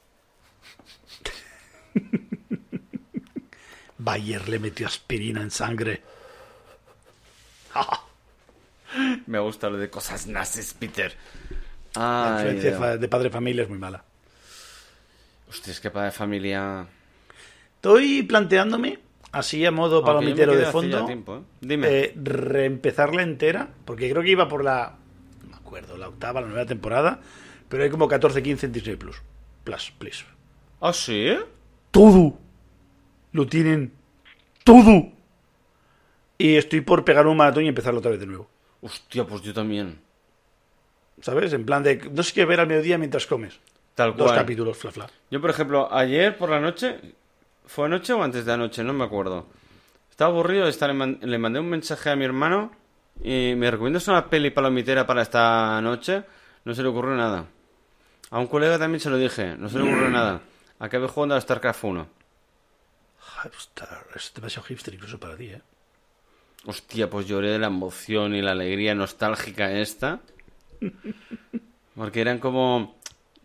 S2: Bayer le metió aspirina en sangre.
S1: Me gusta lo de cosas nazis, Peter.
S2: La
S1: Ay,
S2: influencia de
S1: Dios.
S2: fa- de padre familia es muy mala.
S1: Hostia, es que padre de familia...
S2: Estoy planteándome, así a modo
S1: Aunque yo me
S2: palomitero
S1: quedé
S2: de
S1: hace ya
S2: fondo,
S1: tiempo, ¿eh? Dime.
S2: eh, reempezarla entera, porque creo que iba por la, no me acuerdo, la octava, la nueva temporada, pero hay como 14, 15 en Disney Plus. Plus, please.
S1: ¿Ah, sí?
S2: Todo lo tienen, todo. Y estoy por pegar un maratón y empezarlo otra vez de nuevo.
S1: Hostia, pues yo también.
S2: ¿Sabes? En plan de, no sé qué ver al mediodía mientras comes.
S1: Tal
S2: Dos
S1: cual.
S2: capítulos, fla, fla.
S1: Yo, por ejemplo, ayer por la noche, ¿fue anoche o antes de anoche? No me acuerdo. Estaba aburrido de estar, en man- le mandé un mensaje a mi hermano y me recomiendas una peli palomitera para esta noche. No se le ocurrió nada. A un colega también se lo dije, no se le ocurrió nada. Acabé jugando a StarCraft 1.
S2: Hipster, es demasiado hipster incluso para ti, ¿eh?
S1: Hostia, pues lloré de la emoción y la alegría nostálgica esta. [LAUGHS] Porque eran como...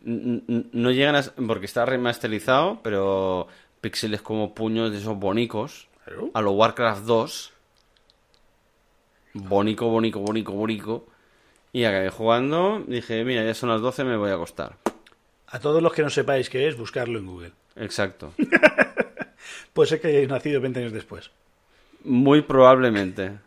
S1: n- n- No llegan a... Porque está remasterizado, pero píxeles como puños de esos bonicos.
S2: Claro.
S1: A lo Warcraft 2. Bonico, bonico, bonico, bonico. Y acabé jugando. Dije, mira, ya son las 12, me voy a acostar.
S2: A todos los que no sepáis qué es, buscarlo en Google. Pues
S1: Exacto.
S2: Puede ser que hayáis nacido 20 años después.
S1: Muy probablemente.